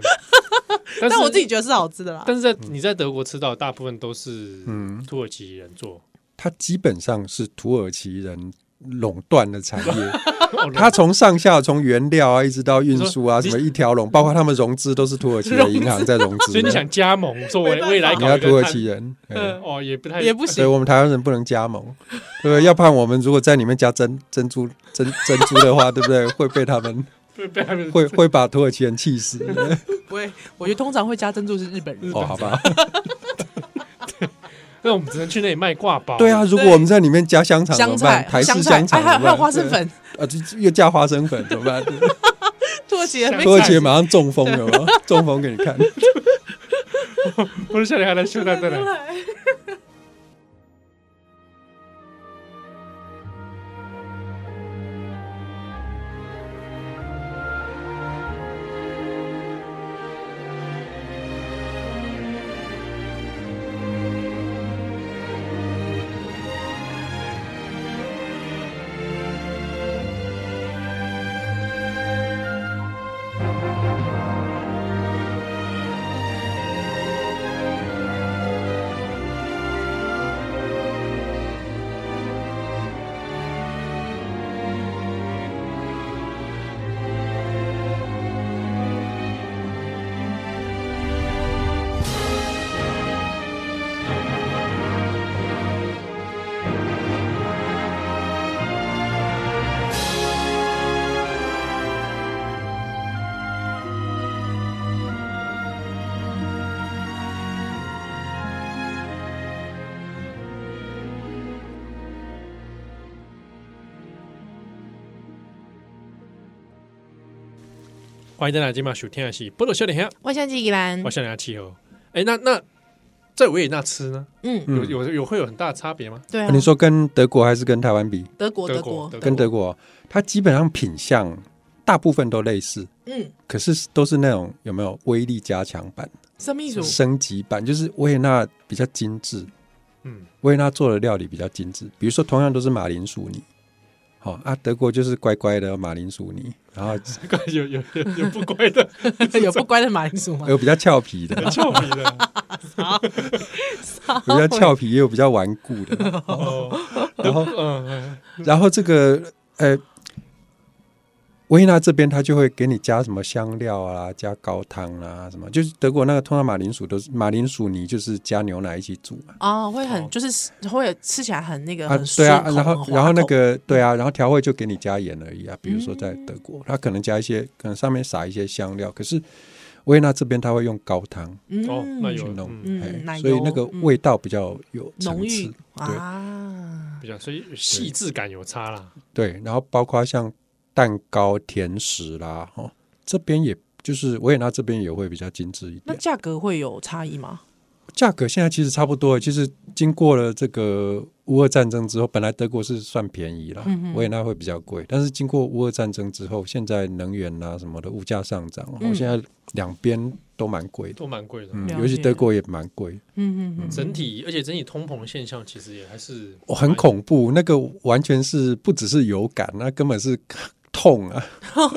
[SPEAKER 2] 但是
[SPEAKER 3] 但我自己觉得是好吃的啦。
[SPEAKER 2] 但是在你在德国吃到的大部分都是
[SPEAKER 4] 嗯
[SPEAKER 2] 土耳其人
[SPEAKER 4] *laughs*
[SPEAKER 2] 做，
[SPEAKER 4] 它基本上是土耳其人垄断的产业。 *laughs*
[SPEAKER 2] 哦
[SPEAKER 4] 它从上下从原料啊，一直到运输啊，
[SPEAKER 2] 你
[SPEAKER 4] 什么一条龙，包括他们融资都是土耳其的银行在融
[SPEAKER 3] *laughs*
[SPEAKER 4] 资
[SPEAKER 2] 所以你
[SPEAKER 4] 的。
[SPEAKER 2] 想加盟，说我
[SPEAKER 3] 没办法
[SPEAKER 2] 我也来
[SPEAKER 4] 你
[SPEAKER 2] 搞
[SPEAKER 4] 要
[SPEAKER 2] 一个
[SPEAKER 4] 土耳
[SPEAKER 2] 摊
[SPEAKER 4] 其人，嗯
[SPEAKER 2] 呃哦也不太
[SPEAKER 3] 也不
[SPEAKER 4] 所以
[SPEAKER 3] 行，
[SPEAKER 4] 我们台湾人不能加盟，对不对？要不然我们如果在里面加珍珍珠珍珍珠的话，对不对？会被他
[SPEAKER 3] *laughs*
[SPEAKER 4] 们
[SPEAKER 2] 会被他们
[SPEAKER 4] 会会把土耳其人气死。
[SPEAKER 3] 不会。我觉得通常会加珍珠是日本人。
[SPEAKER 4] 哦，好吧，
[SPEAKER 2] 那我们只能去那里卖挂包，
[SPEAKER 4] 对啊，，如果我们在里面加香肠怎
[SPEAKER 3] 香
[SPEAKER 4] 么办？
[SPEAKER 3] 菜、
[SPEAKER 4] 台
[SPEAKER 3] 菜
[SPEAKER 4] 式香，
[SPEAKER 3] 哎，
[SPEAKER 4] 肠
[SPEAKER 3] 还有
[SPEAKER 4] 怎么
[SPEAKER 3] 还有
[SPEAKER 4] 办
[SPEAKER 3] 花生，粉，
[SPEAKER 4] 对啊，就又加花生粉怎么
[SPEAKER 3] *laughs*
[SPEAKER 4] 办？
[SPEAKER 3] 土耳其人被
[SPEAKER 4] 土耳其人马上中风了吗？中风给你看。
[SPEAKER 2] 不是下来还来秀蛋蛋来。欢迎大家今晚收听的是《波罗笑脸香》，
[SPEAKER 3] 我想起宜兰
[SPEAKER 2] 我，笑脸气候。哎，那那在维也纳吃呢，
[SPEAKER 3] 嗯，
[SPEAKER 2] 有
[SPEAKER 4] 嗯
[SPEAKER 2] 有有会有很大的差别吗？ *laughs*
[SPEAKER 3] 对啊
[SPEAKER 4] 啊，你说跟德国还是跟台湾比？
[SPEAKER 3] 德国，德
[SPEAKER 2] 德
[SPEAKER 3] 国
[SPEAKER 2] 国，
[SPEAKER 4] 跟德国，它基本上品相大部分都类似，
[SPEAKER 3] 嗯，
[SPEAKER 4] 可是都是那种有没有威力加强版、
[SPEAKER 3] 什么意思？
[SPEAKER 4] 升级版，就是维也纳比较精致，
[SPEAKER 2] 嗯，
[SPEAKER 4] 维也纳做的料理比较精致。比如说，同样都是马铃薯泥，好、啊，德国就是乖乖的马铃薯泥，
[SPEAKER 3] *laughs*
[SPEAKER 4] 然后
[SPEAKER 2] 有有有有不乖的，
[SPEAKER 3] *laughs* 有不乖的马铃薯吗？
[SPEAKER 4] 有比较俏皮的，
[SPEAKER 2] 有俏皮
[SPEAKER 4] *laughs*
[SPEAKER 2] 的。
[SPEAKER 4] 有比较俏皮，也有比较顽固
[SPEAKER 3] *laughs*
[SPEAKER 4] 的。
[SPEAKER 2] 哦，
[SPEAKER 4] 然后，
[SPEAKER 2] 嗯嗯，
[SPEAKER 4] 然后这个呃，维也纳这边他就会给你加什么香料啊，加高汤啊，什么，就是德国那个通常马铃薯都是马铃薯泥，就是加牛奶一起煮嘛。
[SPEAKER 3] 哦，会很
[SPEAKER 2] 哦
[SPEAKER 3] 就是会吃起来很那个
[SPEAKER 4] 啊
[SPEAKER 3] 很，
[SPEAKER 4] 对啊，
[SPEAKER 3] 顺口
[SPEAKER 4] 然
[SPEAKER 3] 很
[SPEAKER 4] 后
[SPEAKER 3] 滑
[SPEAKER 4] 然后那
[SPEAKER 3] 口
[SPEAKER 4] 个对啊，然后调味就给你加盐而已啊。比如说在德
[SPEAKER 3] 嗯
[SPEAKER 4] 国，他可能加一些，可能上面撒一些香料，可是维也纳这边他会用高汤
[SPEAKER 2] 哦，那
[SPEAKER 4] 去
[SPEAKER 2] 有
[SPEAKER 4] 弄，
[SPEAKER 2] 嗯
[SPEAKER 3] 嗯
[SPEAKER 4] 嘿
[SPEAKER 3] 奶油
[SPEAKER 4] 所以那个味道比较有层
[SPEAKER 3] 浓
[SPEAKER 4] 次
[SPEAKER 3] 郁。啊，
[SPEAKER 2] 比较，所以细致感有差啦。
[SPEAKER 4] 对，然后包括像蛋糕、甜食啦，哦，这边也就是维也纳这边也会比较精致一
[SPEAKER 3] 那
[SPEAKER 4] 点，
[SPEAKER 3] 价格会有差异吗？
[SPEAKER 4] 价格现在其实差不多了。其实经过了这个乌俄战争之后，本来德国是算便宜啦，
[SPEAKER 3] 嗯哼
[SPEAKER 4] 维也纳会比较贵，但是经过乌俄战争之后，现在能源啊什么的物价上涨，然
[SPEAKER 3] 嗯
[SPEAKER 4] 后现在两边都蛮贵的，
[SPEAKER 2] 都蛮贵的。
[SPEAKER 4] 嗯
[SPEAKER 3] 了，解
[SPEAKER 4] 尤其德国也蛮贵，
[SPEAKER 3] 嗯嗯嗯，
[SPEAKER 2] 整体，而且整体通膨的现象其实也还是
[SPEAKER 4] 哦很恐怖，那个完全是不只是有感，那根本是
[SPEAKER 3] *laughs*
[SPEAKER 4] 痛啊！
[SPEAKER 2] 怖。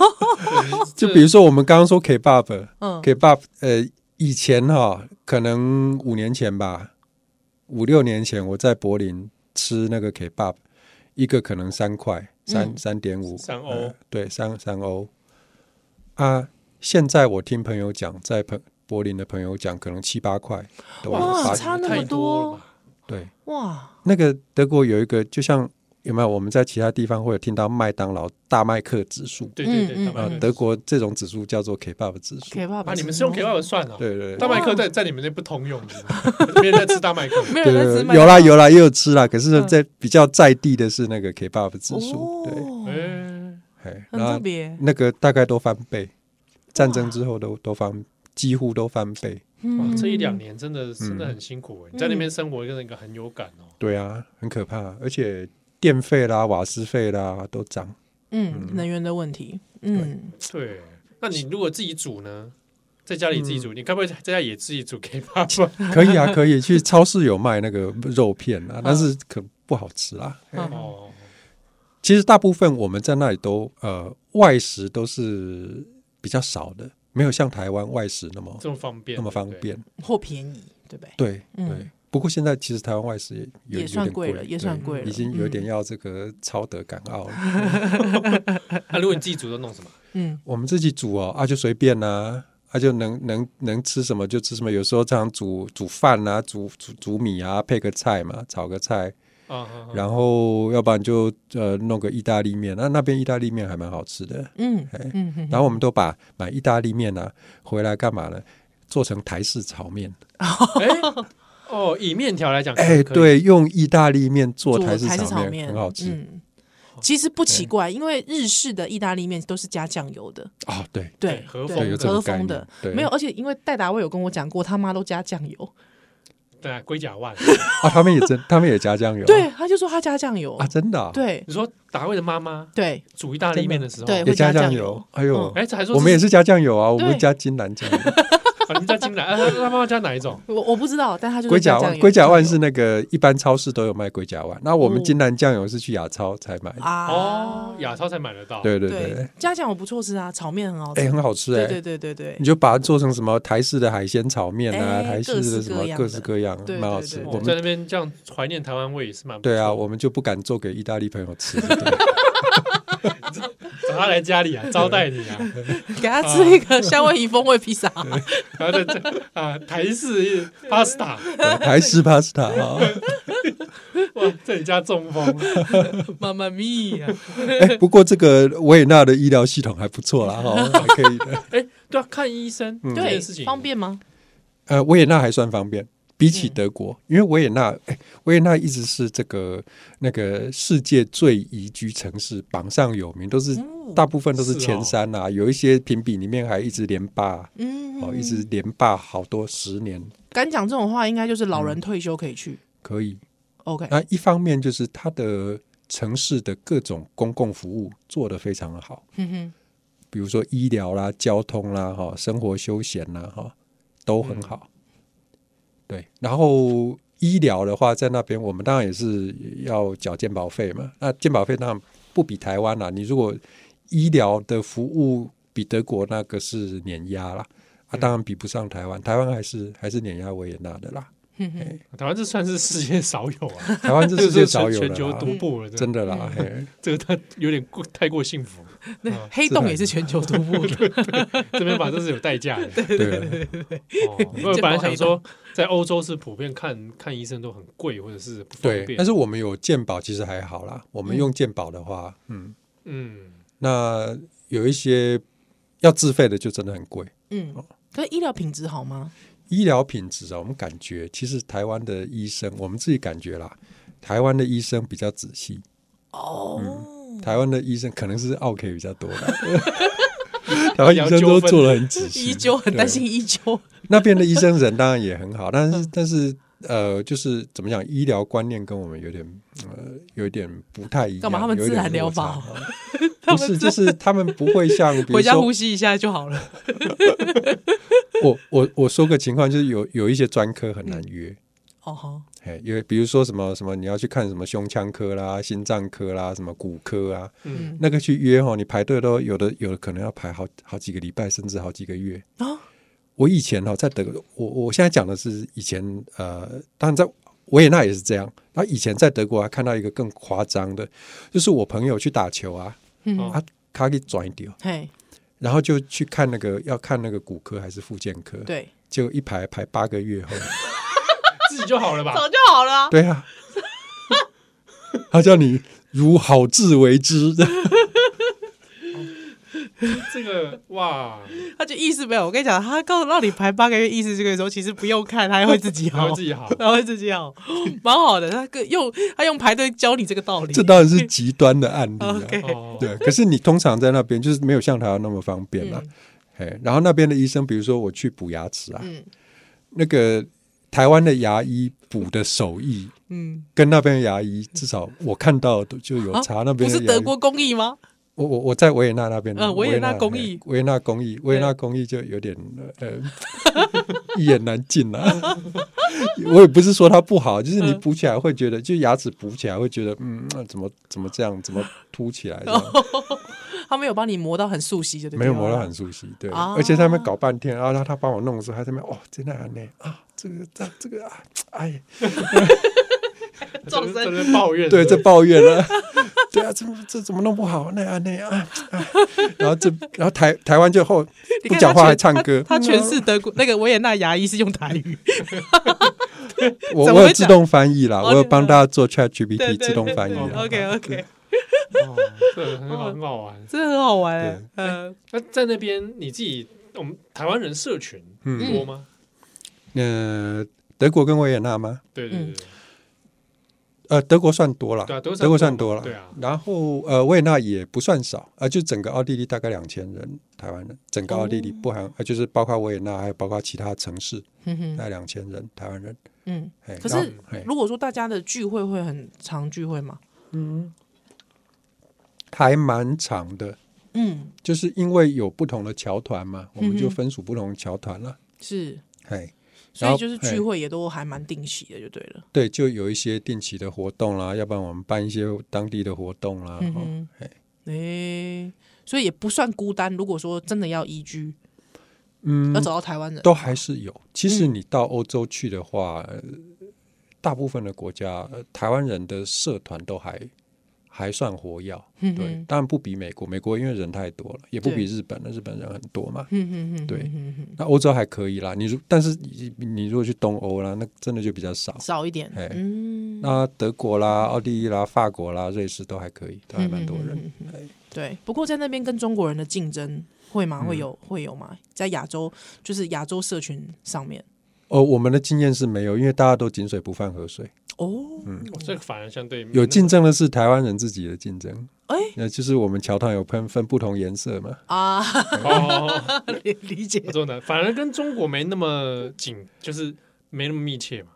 [SPEAKER 4] 就比如说我们刚刚说 K-pop。
[SPEAKER 3] 嗯，
[SPEAKER 4] K-pop，呃，以前哈、可能五年前吧，五六年前我在柏林吃那个 K-pop，一个可能三块，三
[SPEAKER 3] 嗯
[SPEAKER 4] 三点五，
[SPEAKER 2] 三欧
[SPEAKER 4] 呃对，三三欧。啊，现在我听朋友讲，在朋柏林的朋友讲，可能七八块都有
[SPEAKER 3] 哇
[SPEAKER 4] 发
[SPEAKER 3] 差那么
[SPEAKER 2] 太多了吧
[SPEAKER 4] 对，
[SPEAKER 3] 哇，
[SPEAKER 4] 那个德国有一个，就像有没有我们在其他地方会有听到麦当劳大麦克指数，
[SPEAKER 2] 对对对，
[SPEAKER 3] 嗯
[SPEAKER 2] 大麦
[SPEAKER 4] 啊、
[SPEAKER 2] 克
[SPEAKER 4] 德国这种指数叫做 K-pop 指数。
[SPEAKER 3] 给爸爸，
[SPEAKER 2] 啊，你们是用 K 八的算啊？
[SPEAKER 4] 对对对，
[SPEAKER 2] 大麦克在在你们那不通用，别人在吃大麦克。
[SPEAKER 3] 哦没有
[SPEAKER 4] 对
[SPEAKER 3] 人在吃
[SPEAKER 4] 对对，
[SPEAKER 3] 麦
[SPEAKER 4] 有啦
[SPEAKER 3] 当劳
[SPEAKER 4] 有啦，也有吃啦。可是
[SPEAKER 3] 嗯，
[SPEAKER 4] 在比较在地的是那个 K-pop 指数，对，
[SPEAKER 3] 哦，
[SPEAKER 2] 哎，
[SPEAKER 4] 哎，
[SPEAKER 3] 很
[SPEAKER 4] 那
[SPEAKER 3] 特别，
[SPEAKER 4] 那个大概都翻倍，战争之后都都翻，几乎都翻倍。
[SPEAKER 2] 哇
[SPEAKER 3] 嗯，
[SPEAKER 2] 这一两年真的真的很辛苦哎，你在那边生活跟那个很有感哦。
[SPEAKER 4] 对啊，很可怕，而且电费啦、瓦斯费啦都涨。
[SPEAKER 3] 嗯，能源的问题，嗯，
[SPEAKER 2] 对，那你如果自己煮呢？在家里自己
[SPEAKER 3] 嗯
[SPEAKER 2] 煮，你该不会在家也自己煮 K 八吧？
[SPEAKER 4] 可以啊，可以去超市有卖那个肉片
[SPEAKER 3] *laughs*
[SPEAKER 4] 啊，但是可不好吃啦。
[SPEAKER 3] *laughs* 嗯
[SPEAKER 2] 哦，
[SPEAKER 4] 其实大部分我们在那里都呃外食都是比较少的，没有像台湾外食那么
[SPEAKER 2] 这么方便，
[SPEAKER 4] 那么方
[SPEAKER 2] 对不对。
[SPEAKER 4] 便。
[SPEAKER 3] 或便宜，对不对？
[SPEAKER 4] 对
[SPEAKER 3] 嗯
[SPEAKER 4] 对，不过现在其实台湾外食也有
[SPEAKER 3] 也算
[SPEAKER 4] 有点
[SPEAKER 3] 贵
[SPEAKER 4] 贵
[SPEAKER 3] 了也算
[SPEAKER 4] 对
[SPEAKER 3] 贵了
[SPEAKER 4] 已经有
[SPEAKER 3] 嗯
[SPEAKER 4] 点要这个超德港澳了。
[SPEAKER 2] 那如果你自己煮，都弄什么？
[SPEAKER 3] 嗯，
[SPEAKER 4] 我们自己煮哦，啊就随便呐、啊，就能能能吃什么就吃什么，有时候常煮煮饭啊，煮煮煮米啊，配个菜嘛，炒个菜，
[SPEAKER 2] 啊啊，啊
[SPEAKER 4] 然后要不然就呃弄个意大利面，啊那那边意大利面还蛮好吃的。
[SPEAKER 3] 嗯嗯嗯，
[SPEAKER 4] 然后我们都把买意大利面啊回来干嘛呢？做成台式炒面，
[SPEAKER 2] 哎，哦，以面条来讲，可
[SPEAKER 4] 哎，
[SPEAKER 2] 以，
[SPEAKER 4] 对，用意大利面做
[SPEAKER 3] 做
[SPEAKER 4] 台式
[SPEAKER 3] 台式炒
[SPEAKER 4] 炒面很好吃哎
[SPEAKER 3] 嗯，其实不奇怪，因为日式的意大利面都是加酱油的，
[SPEAKER 4] 哦，对，
[SPEAKER 3] 对
[SPEAKER 2] 对，和
[SPEAKER 3] 对
[SPEAKER 2] 风的
[SPEAKER 4] 有这种
[SPEAKER 3] 和
[SPEAKER 4] 概
[SPEAKER 3] 风
[SPEAKER 4] 念
[SPEAKER 3] 的，
[SPEAKER 4] 对
[SPEAKER 3] 没有，而且因为戴达威有跟我讲过，他妈都加酱油，
[SPEAKER 2] 对啊，龟
[SPEAKER 3] *laughs*
[SPEAKER 2] 甲万。
[SPEAKER 4] 啊，他们也真，他们也加酱油，
[SPEAKER 3] 对，他就说他加酱油
[SPEAKER 4] 啊，，真的啊、
[SPEAKER 3] 对
[SPEAKER 2] 你说达卫的妈妈
[SPEAKER 3] 对，
[SPEAKER 2] 煮意大利面的时候，
[SPEAKER 3] 真的对
[SPEAKER 4] 也加
[SPEAKER 3] 会加酱
[SPEAKER 4] 酱
[SPEAKER 3] 油嗯
[SPEAKER 4] 油，哎呦，
[SPEAKER 2] 哎，这还说
[SPEAKER 4] 我们也
[SPEAKER 2] 是
[SPEAKER 4] 是加酱油啊，我们
[SPEAKER 3] 对
[SPEAKER 4] 加金兰酱
[SPEAKER 3] *laughs*
[SPEAKER 4] 油，
[SPEAKER 2] 啊，你们家金兰，啊他他妈妈家哪一种？
[SPEAKER 3] 我我不知道，但他就
[SPEAKER 4] 龟
[SPEAKER 3] 是加
[SPEAKER 4] 甲
[SPEAKER 3] 酱
[SPEAKER 4] 万，
[SPEAKER 3] 油嗯
[SPEAKER 4] 龟甲万是那个一般超市都有卖龟甲万，那我们金兰酱油是去亚超才买的，
[SPEAKER 3] 啊，
[SPEAKER 2] 哦，亚超才买得到。，
[SPEAKER 4] 对对对
[SPEAKER 3] 对，，加酱油不错吃啊，炒面很好吃
[SPEAKER 4] 哎，，很好吃
[SPEAKER 3] 对
[SPEAKER 4] 哎，
[SPEAKER 3] 对对对对
[SPEAKER 4] 你，就把它做成什么台式的海鲜炒面啊，
[SPEAKER 3] 哎
[SPEAKER 4] 台式的什么
[SPEAKER 3] 各
[SPEAKER 4] 各
[SPEAKER 3] 式
[SPEAKER 4] 式
[SPEAKER 3] 各
[SPEAKER 4] 各样
[SPEAKER 3] 对，对
[SPEAKER 4] 蛮好吃
[SPEAKER 3] 对。
[SPEAKER 4] 我
[SPEAKER 2] 我在
[SPEAKER 4] 们
[SPEAKER 2] 那边这样怀念台湾味也是蛮不
[SPEAKER 4] 对啊，
[SPEAKER 2] 错的
[SPEAKER 4] 我们就不敢做给意大利朋友吃，对
[SPEAKER 3] *laughs*
[SPEAKER 4] 不对
[SPEAKER 2] 找他来家里啊，招待你
[SPEAKER 4] *laughs*
[SPEAKER 2] 啊，
[SPEAKER 3] 给他吃一
[SPEAKER 4] 啊
[SPEAKER 3] 个夏威夷风味披萨，
[SPEAKER 2] 然后再啊台式
[SPEAKER 4] *laughs*
[SPEAKER 2] pasta，
[SPEAKER 4] 对台式 pasta 啊。
[SPEAKER 2] 哇，在你家中风，
[SPEAKER 3] 妈妈咪呀，
[SPEAKER 4] 哎，不过这个维也纳的医疗系统还不错啦，哈，还可以的。嗯
[SPEAKER 2] 哎，对啊，看医生这
[SPEAKER 3] 对
[SPEAKER 2] 件事，情
[SPEAKER 3] 方便吗？
[SPEAKER 4] 呃，维也纳还算方便，比起
[SPEAKER 3] 嗯
[SPEAKER 4] 德国，因为维也纳，哎维也纳一直是这个那个世界最宜居城市榜上有名，都是
[SPEAKER 3] 嗯
[SPEAKER 4] 大部分都是
[SPEAKER 2] 是哦
[SPEAKER 4] 前三啊，有一些评比里面还一直连霸，
[SPEAKER 3] 嗯，
[SPEAKER 4] 哦，一直连霸好多十年，
[SPEAKER 3] 敢讲这种话，应该就是老人退休可以去。
[SPEAKER 4] 可以
[SPEAKER 3] OK，
[SPEAKER 4] 那一方面就是它的城市的各种公共服务做得非常的好，
[SPEAKER 3] 哼哼，
[SPEAKER 4] 比如说医疗啦、交通啦、哈、生活休闲啦、哈，都很好。
[SPEAKER 2] 嗯
[SPEAKER 4] 对，然后医疗的话，在那边我们当然也是要缴健保费嘛。那健保费当然不比台湾啦，你如果医疗的服务比德国那个是碾压啦。
[SPEAKER 2] 嗯
[SPEAKER 4] 啊，当然比不上台湾，台湾还是还是碾压维也纳的啦。
[SPEAKER 2] 台湾这算是世界少有啊，
[SPEAKER 4] 台湾
[SPEAKER 2] *laughs*
[SPEAKER 4] 这世界
[SPEAKER 2] 是
[SPEAKER 4] 少
[SPEAKER 2] 全
[SPEAKER 4] 有的
[SPEAKER 2] 全球
[SPEAKER 4] 啦，啊
[SPEAKER 2] 独步了，
[SPEAKER 4] 真
[SPEAKER 2] 的，
[SPEAKER 4] 的啦，嘿，
[SPEAKER 2] 这个他有点过太过幸福，哦
[SPEAKER 3] 那黑洞也是全球
[SPEAKER 4] 啊
[SPEAKER 3] 独步的，
[SPEAKER 2] 这边法这是有代价的。
[SPEAKER 4] *laughs* 对啊，
[SPEAKER 2] 哦，我本来想说，在欧洲是普遍看看医生都很贵，或者是不方
[SPEAKER 4] 对，
[SPEAKER 2] 便。
[SPEAKER 4] 但是我们有健保，其实还好啦。我们
[SPEAKER 3] 嗯
[SPEAKER 4] 用健保的话，嗯，
[SPEAKER 2] 嗯，
[SPEAKER 4] 那有一些要自费的就真的很贵。
[SPEAKER 3] 嗯，可是医疗品质好吗？
[SPEAKER 4] 医疗品质啊，我们感觉其实台湾的医生，我们自己感觉啦，台湾的医生比较仔细，
[SPEAKER 3] 哦，
[SPEAKER 4] 台湾的医生可能是 OK 比较多 *laughs* 啦。台湾医生都做的很仔细，
[SPEAKER 3] 依旧很担
[SPEAKER 4] 对
[SPEAKER 3] 心依旧，
[SPEAKER 4] 那边的医生人当然也很好， *laughs* 但
[SPEAKER 3] 嗯
[SPEAKER 4] 是但是呃，就是怎么讲，医疗观念跟我们有点呃有点不太一样。
[SPEAKER 3] 干嘛他们
[SPEAKER 4] 有一
[SPEAKER 3] 自
[SPEAKER 4] 点
[SPEAKER 3] 然
[SPEAKER 4] 落
[SPEAKER 3] 疗法
[SPEAKER 4] 差
[SPEAKER 3] *laughs*
[SPEAKER 4] 啊？不是，就是他们不会像比如
[SPEAKER 3] 回家
[SPEAKER 4] 说
[SPEAKER 3] 呼吸一下就好
[SPEAKER 4] *laughs*
[SPEAKER 3] 了。
[SPEAKER 4] 我我我说个情况，就是有有一些专科很难约。
[SPEAKER 3] 哦吼，
[SPEAKER 4] 哎，因为比如说什么什么，你要去看什么胸腔科啦、心脏科啦、什么骨科啊，
[SPEAKER 3] 嗯
[SPEAKER 4] 那个去约哦，你排队都有的，有的可能要排好好几个礼拜，甚至好几个月。
[SPEAKER 3] 啊，
[SPEAKER 4] 我以前哈、在德国，我我现在讲的是以前呃，当然在维也纳也是这样。然后以前在德国还看到一个更夸张的，就是我朋友去打球啊，
[SPEAKER 3] 嗯，
[SPEAKER 2] 哦
[SPEAKER 4] 他他给转掉，
[SPEAKER 3] 嘿，
[SPEAKER 4] 然后就去看那个要看那个骨科还是复健科，，
[SPEAKER 3] 对，
[SPEAKER 4] 结果一排排八个月后，
[SPEAKER 2] 自己就好了吧？
[SPEAKER 3] 早就好了啊。
[SPEAKER 4] 对啊，他叫你如好自为之， *laughs*
[SPEAKER 2] 这个哇，
[SPEAKER 3] 他就意思没有。我跟你讲，他告诉让你排八个月，意思这个时候其实不用看，他会自己
[SPEAKER 2] 然
[SPEAKER 4] *laughs*
[SPEAKER 3] 好
[SPEAKER 2] 后，自己好，
[SPEAKER 3] 他会自己好， *laughs* 蛮好的。他跟用他用排队教你这个道理。
[SPEAKER 4] 这当然是极端的案例
[SPEAKER 3] *laughs*
[SPEAKER 4] 啊。
[SPEAKER 3] OK，
[SPEAKER 2] 哦，
[SPEAKER 4] 对，可是你通常在那边就是没有像台湾那么方便啦、嘿，然后那边的医生，比如说我去补牙齿啊，
[SPEAKER 3] 嗯
[SPEAKER 4] 那个台湾的牙医补的手艺
[SPEAKER 3] 嗯，
[SPEAKER 4] 跟那边的牙医，至少我看到的就有差。那
[SPEAKER 3] 啊不
[SPEAKER 4] 边的
[SPEAKER 3] 是
[SPEAKER 4] 牙医
[SPEAKER 3] 德国工艺吗？
[SPEAKER 4] 我我我在维也纳那边，
[SPEAKER 3] 嗯维也纳工艺
[SPEAKER 4] 嘿维也纳工艺，维也纳工艺就有点呃 *laughs* 一言难尽啦、 *laughs* 我也不是说它不好，就是你补起来会觉得，就牙齿补起来会觉得，嗯，啊怎么怎么这样，怎么凸起来这样，
[SPEAKER 3] 哦他没有帮你磨到很熟悉，就对了
[SPEAKER 4] 没有磨到很。熟悉，对，
[SPEAKER 3] 啊
[SPEAKER 4] 而且他们搞半天，啊然后让他帮我弄的时候，他在那边哦，真的呢啊，这个这这个啊，哎呀。
[SPEAKER 3] 撞
[SPEAKER 2] 在
[SPEAKER 3] 生
[SPEAKER 2] 那抱怨，
[SPEAKER 4] 对，在抱怨了。 *laughs* 对啊，这这怎么弄不好？那样那样啊，哎然后这然后台台湾就后
[SPEAKER 3] 你
[SPEAKER 4] 不
[SPEAKER 3] 看
[SPEAKER 4] 讲话
[SPEAKER 3] 他
[SPEAKER 4] 还
[SPEAKER 3] 全
[SPEAKER 4] 唱歌，嗯
[SPEAKER 3] 他全是德国那 *laughs* 个维也纳牙医是用台
[SPEAKER 4] *laughs*
[SPEAKER 3] 语，
[SPEAKER 4] 我
[SPEAKER 3] 怎么
[SPEAKER 4] 我
[SPEAKER 3] 会
[SPEAKER 4] 有自
[SPEAKER 3] 讲
[SPEAKER 4] 动翻译啦，
[SPEAKER 3] 哦
[SPEAKER 4] 我有帮大家做 Chat
[SPEAKER 3] 对
[SPEAKER 4] GPT
[SPEAKER 3] 对
[SPEAKER 4] 自动翻译啊
[SPEAKER 2] 对对
[SPEAKER 3] *laughs*
[SPEAKER 4] 啦。
[SPEAKER 3] OK OK，
[SPEAKER 2] 哦，这很好，很好玩。
[SPEAKER 3] 真的很好玩欸。嗯，
[SPEAKER 2] 那在那边你自己，我们台湾人社群多吗？
[SPEAKER 4] 呃，德国跟维也纳吗？
[SPEAKER 2] 对对对对，
[SPEAKER 4] 呃，德国算多了，
[SPEAKER 2] 对啊德国算
[SPEAKER 4] 德
[SPEAKER 2] 多嘛
[SPEAKER 4] 国算多了，
[SPEAKER 2] 对啊
[SPEAKER 4] 然后呃，维也纳也不算少啊、呃就整个奥地利大概两千人，台湾人，整个奥地利
[SPEAKER 3] 哦
[SPEAKER 4] 不含，呃就是包括维也纳，还有包括其他城市，
[SPEAKER 3] 嗯哼
[SPEAKER 4] 大概两千人，台湾人。
[SPEAKER 3] 嗯。
[SPEAKER 4] 嘿
[SPEAKER 3] 可
[SPEAKER 4] 然后
[SPEAKER 3] 是
[SPEAKER 4] 嘿
[SPEAKER 3] 如果说大家的聚会会很常聚会吗？
[SPEAKER 4] 还蛮长的，
[SPEAKER 3] 嗯，
[SPEAKER 4] 就是因为有不同的侨团嘛，我们就
[SPEAKER 3] 嗯哼
[SPEAKER 4] 分属不同的侨团了。
[SPEAKER 3] 是，
[SPEAKER 4] 嘿，
[SPEAKER 3] 所
[SPEAKER 4] 然
[SPEAKER 3] 以
[SPEAKER 4] 后
[SPEAKER 3] 就是聚会也都还蛮定期的，就对了。
[SPEAKER 4] 对，就有一些定期的活动啦，要不然我们办一些当地的活动啦。
[SPEAKER 3] 嗯
[SPEAKER 4] 哦
[SPEAKER 3] 哼，诶、所以也不算孤单。如果说真的要移居，
[SPEAKER 4] 嗯
[SPEAKER 3] 要，找到台湾人，
[SPEAKER 4] 都还是有。其实
[SPEAKER 3] 嗯
[SPEAKER 4] 你到欧洲去的话，呃大部分的国家、呃台湾人的社团都还还算活跃。
[SPEAKER 3] 嗯
[SPEAKER 4] 对，
[SPEAKER 3] 哼，
[SPEAKER 4] 当然不比美国，美国因为人太多了，也不
[SPEAKER 3] 对
[SPEAKER 4] 比日本，那日本人很多嘛。
[SPEAKER 3] 嗯哼哼，
[SPEAKER 4] 对
[SPEAKER 3] 哼哼
[SPEAKER 4] 那欧洲还可以啦，你如但是你你如果去东欧啦，那真的就比较少
[SPEAKER 3] 哼。少一点
[SPEAKER 4] 嘿，
[SPEAKER 3] 嗯，
[SPEAKER 4] 那德国啦、奥地利啦、法国啦、瑞士都还可以，都还蛮多人。
[SPEAKER 3] 嗯哼哼哼对，不过在那边跟中国人的
[SPEAKER 4] 嗯
[SPEAKER 3] 竞争会吗？会有会有吗？在亚洲，就是亚洲社群上面，
[SPEAKER 4] 呃，我们的经验是没有，因为大家都井水不犯河水。
[SPEAKER 3] 哦，
[SPEAKER 2] 这个反而相对
[SPEAKER 4] 有竞争的是台湾人自己的竞争，
[SPEAKER 3] 嗯哎
[SPEAKER 4] 那就是我们桥团有分分不同颜色嘛。
[SPEAKER 3] 啊， *laughs*
[SPEAKER 2] 哦，
[SPEAKER 3] 理理解
[SPEAKER 2] 真的，反而跟中国没那么紧，就是没那么密切嘛。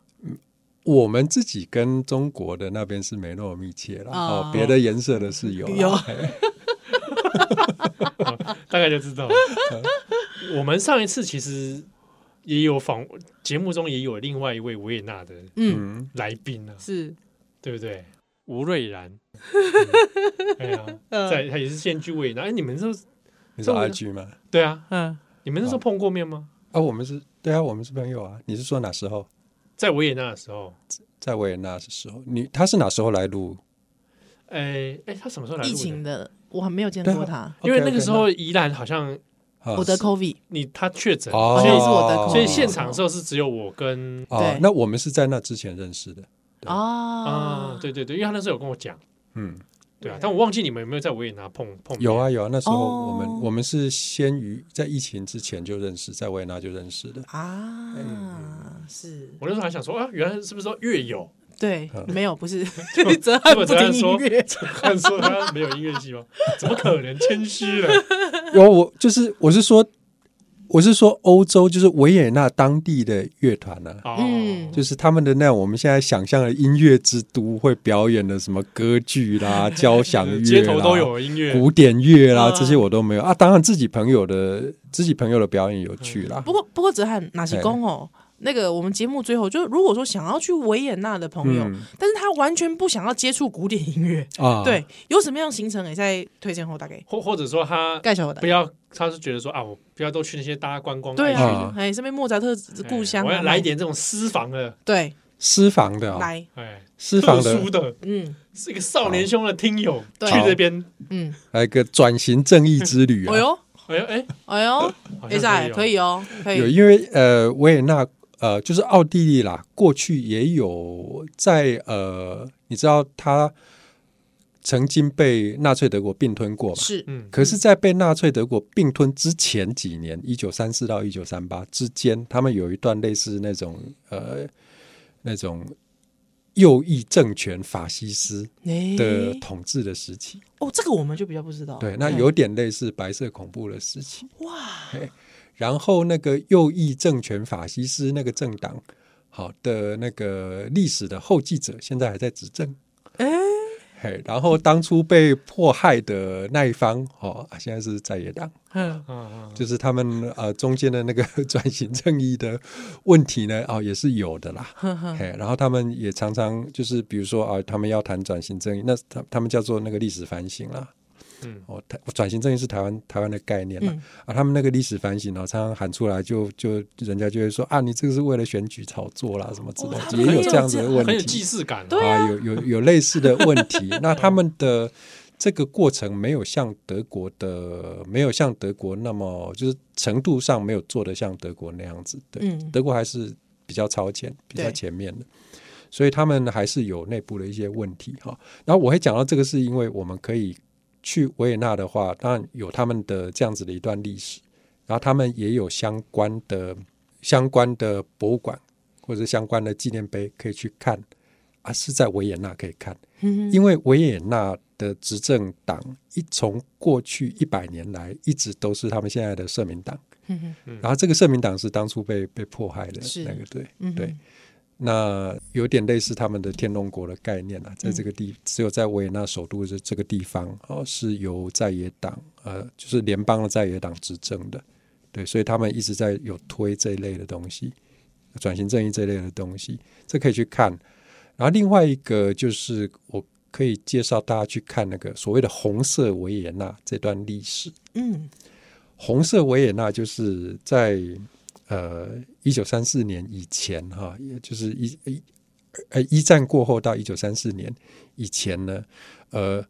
[SPEAKER 4] 我们自己跟中国的那边是没那么密切了，
[SPEAKER 3] 哦
[SPEAKER 4] 哦，别的颜色的是有啦
[SPEAKER 3] 有
[SPEAKER 4] 哎
[SPEAKER 2] 大概就知道了。 *laughs* 我们上一次其实也有访节目中也有另外一位维也纳的
[SPEAKER 3] 嗯，
[SPEAKER 4] 嗯，
[SPEAKER 2] 来宾啊，
[SPEAKER 3] 是
[SPEAKER 2] 对不对？吴瑞然， *laughs* 嗯哎呀，
[SPEAKER 3] 嗯
[SPEAKER 2] 在他也是现居维也纳。哎，你们那时候
[SPEAKER 4] 你
[SPEAKER 2] 中
[SPEAKER 4] 说
[SPEAKER 2] 国
[SPEAKER 4] IG 吗？
[SPEAKER 2] 对啊，
[SPEAKER 3] 嗯，
[SPEAKER 2] 你们那时候碰过面吗？
[SPEAKER 4] 啊，我们是对啊，我们是朋友啊。你是说哪时候？
[SPEAKER 2] 在维也纳的时候，
[SPEAKER 4] 在维也纳的时候，你他是哪时候来录？
[SPEAKER 2] 哎哎，他什么时候来录
[SPEAKER 3] 疫
[SPEAKER 2] 的？
[SPEAKER 3] 情的我还没有见
[SPEAKER 4] 对啊
[SPEAKER 3] 过他，
[SPEAKER 2] 因为
[SPEAKER 4] OK，OK，
[SPEAKER 2] 那个时候宜兰好像
[SPEAKER 4] 那啊
[SPEAKER 3] 我得 COVID，
[SPEAKER 2] 你他确诊，
[SPEAKER 4] 哦
[SPEAKER 3] 好像也是我得 COVID，
[SPEAKER 2] 所以
[SPEAKER 4] 哦
[SPEAKER 2] 现场的时候是只有我跟
[SPEAKER 4] 哦
[SPEAKER 3] 对，
[SPEAKER 4] 那我们是在那之前认识的。
[SPEAKER 3] 哦
[SPEAKER 4] 对
[SPEAKER 2] 啊
[SPEAKER 3] 啊，，
[SPEAKER 2] 对对对，因为他那时候有跟我讲，
[SPEAKER 4] 嗯，
[SPEAKER 2] 对啊，但我忘记你们有没有在维也纳碰碰面
[SPEAKER 4] 有，啊有啊，那时候
[SPEAKER 3] 哦
[SPEAKER 4] 我们、我们是先于在疫情之前就认识，在维也纳就认识的。哎
[SPEAKER 3] 啊，是
[SPEAKER 2] 我那时候还想说啊，原来是不是说乐友？
[SPEAKER 3] 对，
[SPEAKER 4] 嗯
[SPEAKER 3] 没有，不
[SPEAKER 4] *laughs*
[SPEAKER 3] 是， *laughs* 泽汉不
[SPEAKER 2] 泽
[SPEAKER 3] 听
[SPEAKER 2] 汉说
[SPEAKER 3] 音乐，
[SPEAKER 2] *laughs* 看说他没有音乐系吗？怎么可能谦虚了？
[SPEAKER 4] 有我就是我是说我是说欧洲就是维也纳当地的乐团呢、
[SPEAKER 2] 哦，
[SPEAKER 4] 啊。
[SPEAKER 3] 嗯
[SPEAKER 4] 就是他们的那种我们现在想象的音乐之都会表演的什么歌剧啦、交响乐啦、
[SPEAKER 2] 街头都有音乐，
[SPEAKER 4] 古典乐啦，
[SPEAKER 3] 嗯
[SPEAKER 4] 这些我都没有啊。当然，自己朋友的自己朋友的表演有趣啦。
[SPEAKER 3] 不过不过泽汉哪些
[SPEAKER 4] 哎
[SPEAKER 3] 公哦？那个我们节目最后就如果说想要去维也纳的朋友，
[SPEAKER 4] 嗯
[SPEAKER 3] 但是他完全不想要接触古典音乐，
[SPEAKER 4] 啊，
[SPEAKER 3] 对，有什么样的行程也在推荐后大概
[SPEAKER 2] 或或者说他
[SPEAKER 3] 介绍我的
[SPEAKER 2] 不。要，他是觉得说啊，我不要都去那些大家观光
[SPEAKER 3] 对
[SPEAKER 2] 爱去
[SPEAKER 3] 啊，哎，身边莫扎特
[SPEAKER 2] 的
[SPEAKER 3] 故乡啊，
[SPEAKER 2] 哎我要来一点这种私房的，
[SPEAKER 3] 对，
[SPEAKER 4] 私房的啊，
[SPEAKER 3] 来，
[SPEAKER 2] 哎，
[SPEAKER 4] 私
[SPEAKER 2] 特
[SPEAKER 4] 房
[SPEAKER 2] 殊
[SPEAKER 4] 的，
[SPEAKER 2] 的，
[SPEAKER 3] 嗯
[SPEAKER 2] 是一个少年兄的听友
[SPEAKER 3] 对
[SPEAKER 2] 去这边，
[SPEAKER 3] 嗯，
[SPEAKER 4] 来个转型正义之旅
[SPEAKER 3] 哎
[SPEAKER 4] 啊。
[SPEAKER 3] 呦
[SPEAKER 2] 哎哎，
[SPEAKER 3] 哎呦，
[SPEAKER 2] 好
[SPEAKER 3] 哎
[SPEAKER 2] 像
[SPEAKER 3] 在可以哦，可
[SPEAKER 4] 有，
[SPEAKER 3] 以，
[SPEAKER 4] 因为呃，维也纳呃，就是奥地利啦，过去也有在呃，你知道他曾经被纳粹德国并吞过嘛？
[SPEAKER 3] 是
[SPEAKER 2] 嗯，
[SPEAKER 4] 可是，在被纳粹德国并吞之前几年，一九三四到一九三八之间，他们有一段类似那种呃那种右翼政权法西斯
[SPEAKER 3] 哎
[SPEAKER 4] 的统治的时期。
[SPEAKER 3] 哦，这个我们就比较不知道，哎
[SPEAKER 4] 对，那有点类似白色恐怖的时期。
[SPEAKER 3] 哦哇，
[SPEAKER 4] 然后那个右翼政权法西斯那个政党，好的那个历史的后继者，现在还在执政。
[SPEAKER 3] 哎，
[SPEAKER 4] 嘿，然后当初被迫害的那一方，哦，啊现在是在野党。
[SPEAKER 3] 嗯，
[SPEAKER 2] 嗯嗯，
[SPEAKER 4] 就是他们呃中间的那个 *laughs* 转型正义的问题呢，哦也是有的啦。
[SPEAKER 3] 呵呵，
[SPEAKER 4] 嘿，然后他们也常常就是比如说啊、他们要谈转型正义，那他他们叫做那个历史反省啦。
[SPEAKER 2] 嗯
[SPEAKER 4] 哦，台转型正义是台湾台湾的概念啦。
[SPEAKER 3] 嗯
[SPEAKER 4] 啊，他们那个历史反省哦，常常喊出来就就人家就会说啊，你这个是为了选举炒作啦什么之类
[SPEAKER 3] 哦他
[SPEAKER 4] 的，
[SPEAKER 3] 们
[SPEAKER 4] 也有
[SPEAKER 3] 也有
[SPEAKER 4] 这样子
[SPEAKER 3] 这
[SPEAKER 4] 的
[SPEAKER 3] 样
[SPEAKER 4] 问
[SPEAKER 2] 很有
[SPEAKER 4] 题
[SPEAKER 2] 既。视感啊，
[SPEAKER 3] 对
[SPEAKER 4] 啊，有有有类似的问题。那他们的这个过程没有像德国的，没有像德国那么就是程度上没有做的像德国那样子。 *laughs* 对，
[SPEAKER 3] 嗯，
[SPEAKER 4] 德国还是比较超前、比较
[SPEAKER 3] 对
[SPEAKER 4] 前面的，所以他们还是有内部的一些问题哈。然后我会讲到这个，是因为我们可以去维也纳的话，当然有他们的这样子的一段历史，然后他们也有相关的相关的博物馆或者相关的纪念碑可以去看，啊，是在维也纳可以看，
[SPEAKER 3] 嗯
[SPEAKER 4] 因为维也纳的执政党一从过去一百年来一直都是他们现在的社民党，
[SPEAKER 3] 嗯哼
[SPEAKER 4] 然后这个社民党是当初被被迫害的
[SPEAKER 3] 是
[SPEAKER 4] 那个对
[SPEAKER 3] 嗯哼
[SPEAKER 4] 对。那有点类似他们的天龙国的概念
[SPEAKER 3] 嗯
[SPEAKER 4] 啊，在这个地，只有在维也纳首都这这个地方哦，是由在野党呃，就是联邦的在野党执政的，对，所以他们一直在有推这一类的东西，转型正义这一类的东西，这可以去看。然后另外一个就是我可以介绍大家去看那个所谓的红色维也纳这段历史，
[SPEAKER 3] 嗯
[SPEAKER 4] 红色维也纳就是在呃一九三四年以前哈、也就是一一呃一战过后到一九三四年以前呢，呃，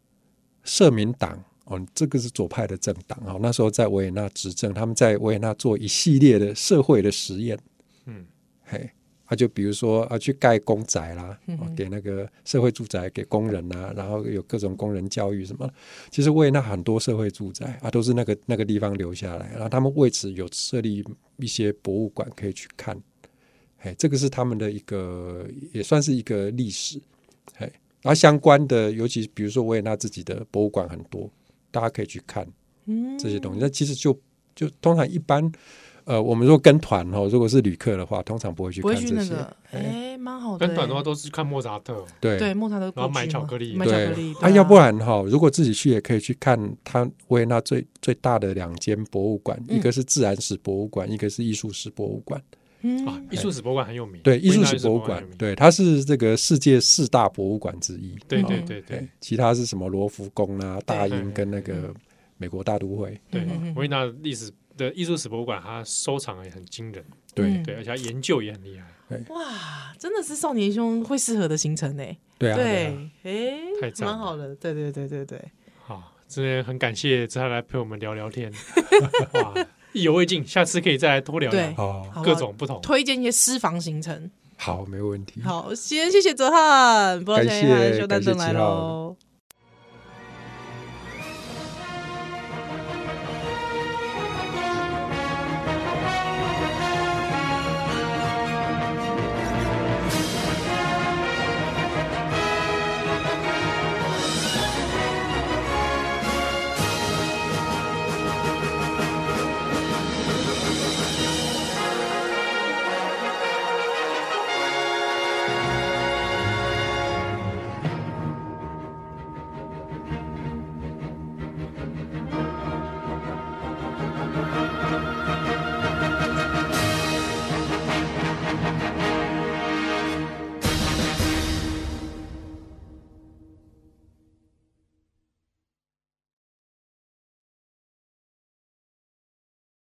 [SPEAKER 4] 社民党哦，这个是左派的政党哦，那时候在维也纳执政，他们在维也纳做一系列的社会的实验，
[SPEAKER 2] 嗯，
[SPEAKER 4] 嘿。他、就比如说啊，去盖公宅啦，
[SPEAKER 3] 嗯
[SPEAKER 4] 哦
[SPEAKER 3] 哼
[SPEAKER 4] 给那个社会住宅给工人啦、然后有各种工人教育什么的其实维也纳很多社会住宅啊，都是那个那个啊地方留下来，然后他们为此有设立一些博物馆可以去看。嘿，这个是他们的一个也算是一个历史，嘿，然后相关的，尤其比如说维也纳自己的博物馆很多，大家可以去看
[SPEAKER 3] 嗯
[SPEAKER 4] 这些东西。那其实就就通常一般，呃，我们如果跟团哦，如果是旅客的话，通常不会去
[SPEAKER 3] 不
[SPEAKER 4] 看
[SPEAKER 3] 会去
[SPEAKER 4] 这
[SPEAKER 3] 那
[SPEAKER 4] 些，
[SPEAKER 3] 个，哎，蛮好的。
[SPEAKER 2] 跟团的话，都是看莫扎特，哦
[SPEAKER 4] 对
[SPEAKER 3] 对，莫扎特过去嘛，
[SPEAKER 2] 然后买巧克力
[SPEAKER 3] 买巧克力
[SPEAKER 4] 对，， *laughs* 啊，
[SPEAKER 3] 对
[SPEAKER 4] 要不然哈、如果自己去也可以去看它维也纳最最大的两间博物馆，
[SPEAKER 3] 嗯
[SPEAKER 4] 一个是自然史博物馆，一个是艺术史博物馆。
[SPEAKER 2] 啊
[SPEAKER 3] 嗯，，
[SPEAKER 2] 艺术史博物馆很有名，
[SPEAKER 4] 对，艺
[SPEAKER 2] 维也
[SPEAKER 4] 术
[SPEAKER 2] 纳
[SPEAKER 4] 史博物
[SPEAKER 2] 馆
[SPEAKER 4] 馆
[SPEAKER 2] 很有，名，
[SPEAKER 4] 对，它是这个世界四大博物馆之一。
[SPEAKER 2] 对
[SPEAKER 4] 哦
[SPEAKER 2] 对
[SPEAKER 3] 嗯
[SPEAKER 2] 对对
[SPEAKER 4] 对，其他是什么罗浮宫啊、大英跟那
[SPEAKER 3] 嗯
[SPEAKER 4] 个美国大都会。
[SPEAKER 2] 对
[SPEAKER 3] 嗯嗯嗯，
[SPEAKER 2] 维也纳历史的艺术史博物馆，它收藏也很惊人，
[SPEAKER 4] 对、
[SPEAKER 3] 嗯
[SPEAKER 2] 对，而且它研究也很厉害，
[SPEAKER 3] 哇，真的是少年兄会适合的行程呢。
[SPEAKER 4] 对啊，对啊
[SPEAKER 3] 对，哎，
[SPEAKER 2] 太赞了
[SPEAKER 3] 蛮好的，对对对对对，
[SPEAKER 2] 好，今天啊很感谢子涵来陪我们聊聊天， *laughs* 哇，意犹未尽，下次可以再来多聊聊
[SPEAKER 3] 对
[SPEAKER 4] 哦，
[SPEAKER 3] 好不啊
[SPEAKER 2] 各
[SPEAKER 3] 好
[SPEAKER 2] 种不同。
[SPEAKER 3] 推荐一些私房行程。
[SPEAKER 4] 好，没问题。
[SPEAKER 3] 好，先谢谢泽汉，不知道
[SPEAKER 4] 感
[SPEAKER 3] 现在
[SPEAKER 4] 谢
[SPEAKER 3] 修丹
[SPEAKER 4] 感谢
[SPEAKER 3] 正来
[SPEAKER 4] 七号
[SPEAKER 3] 喽。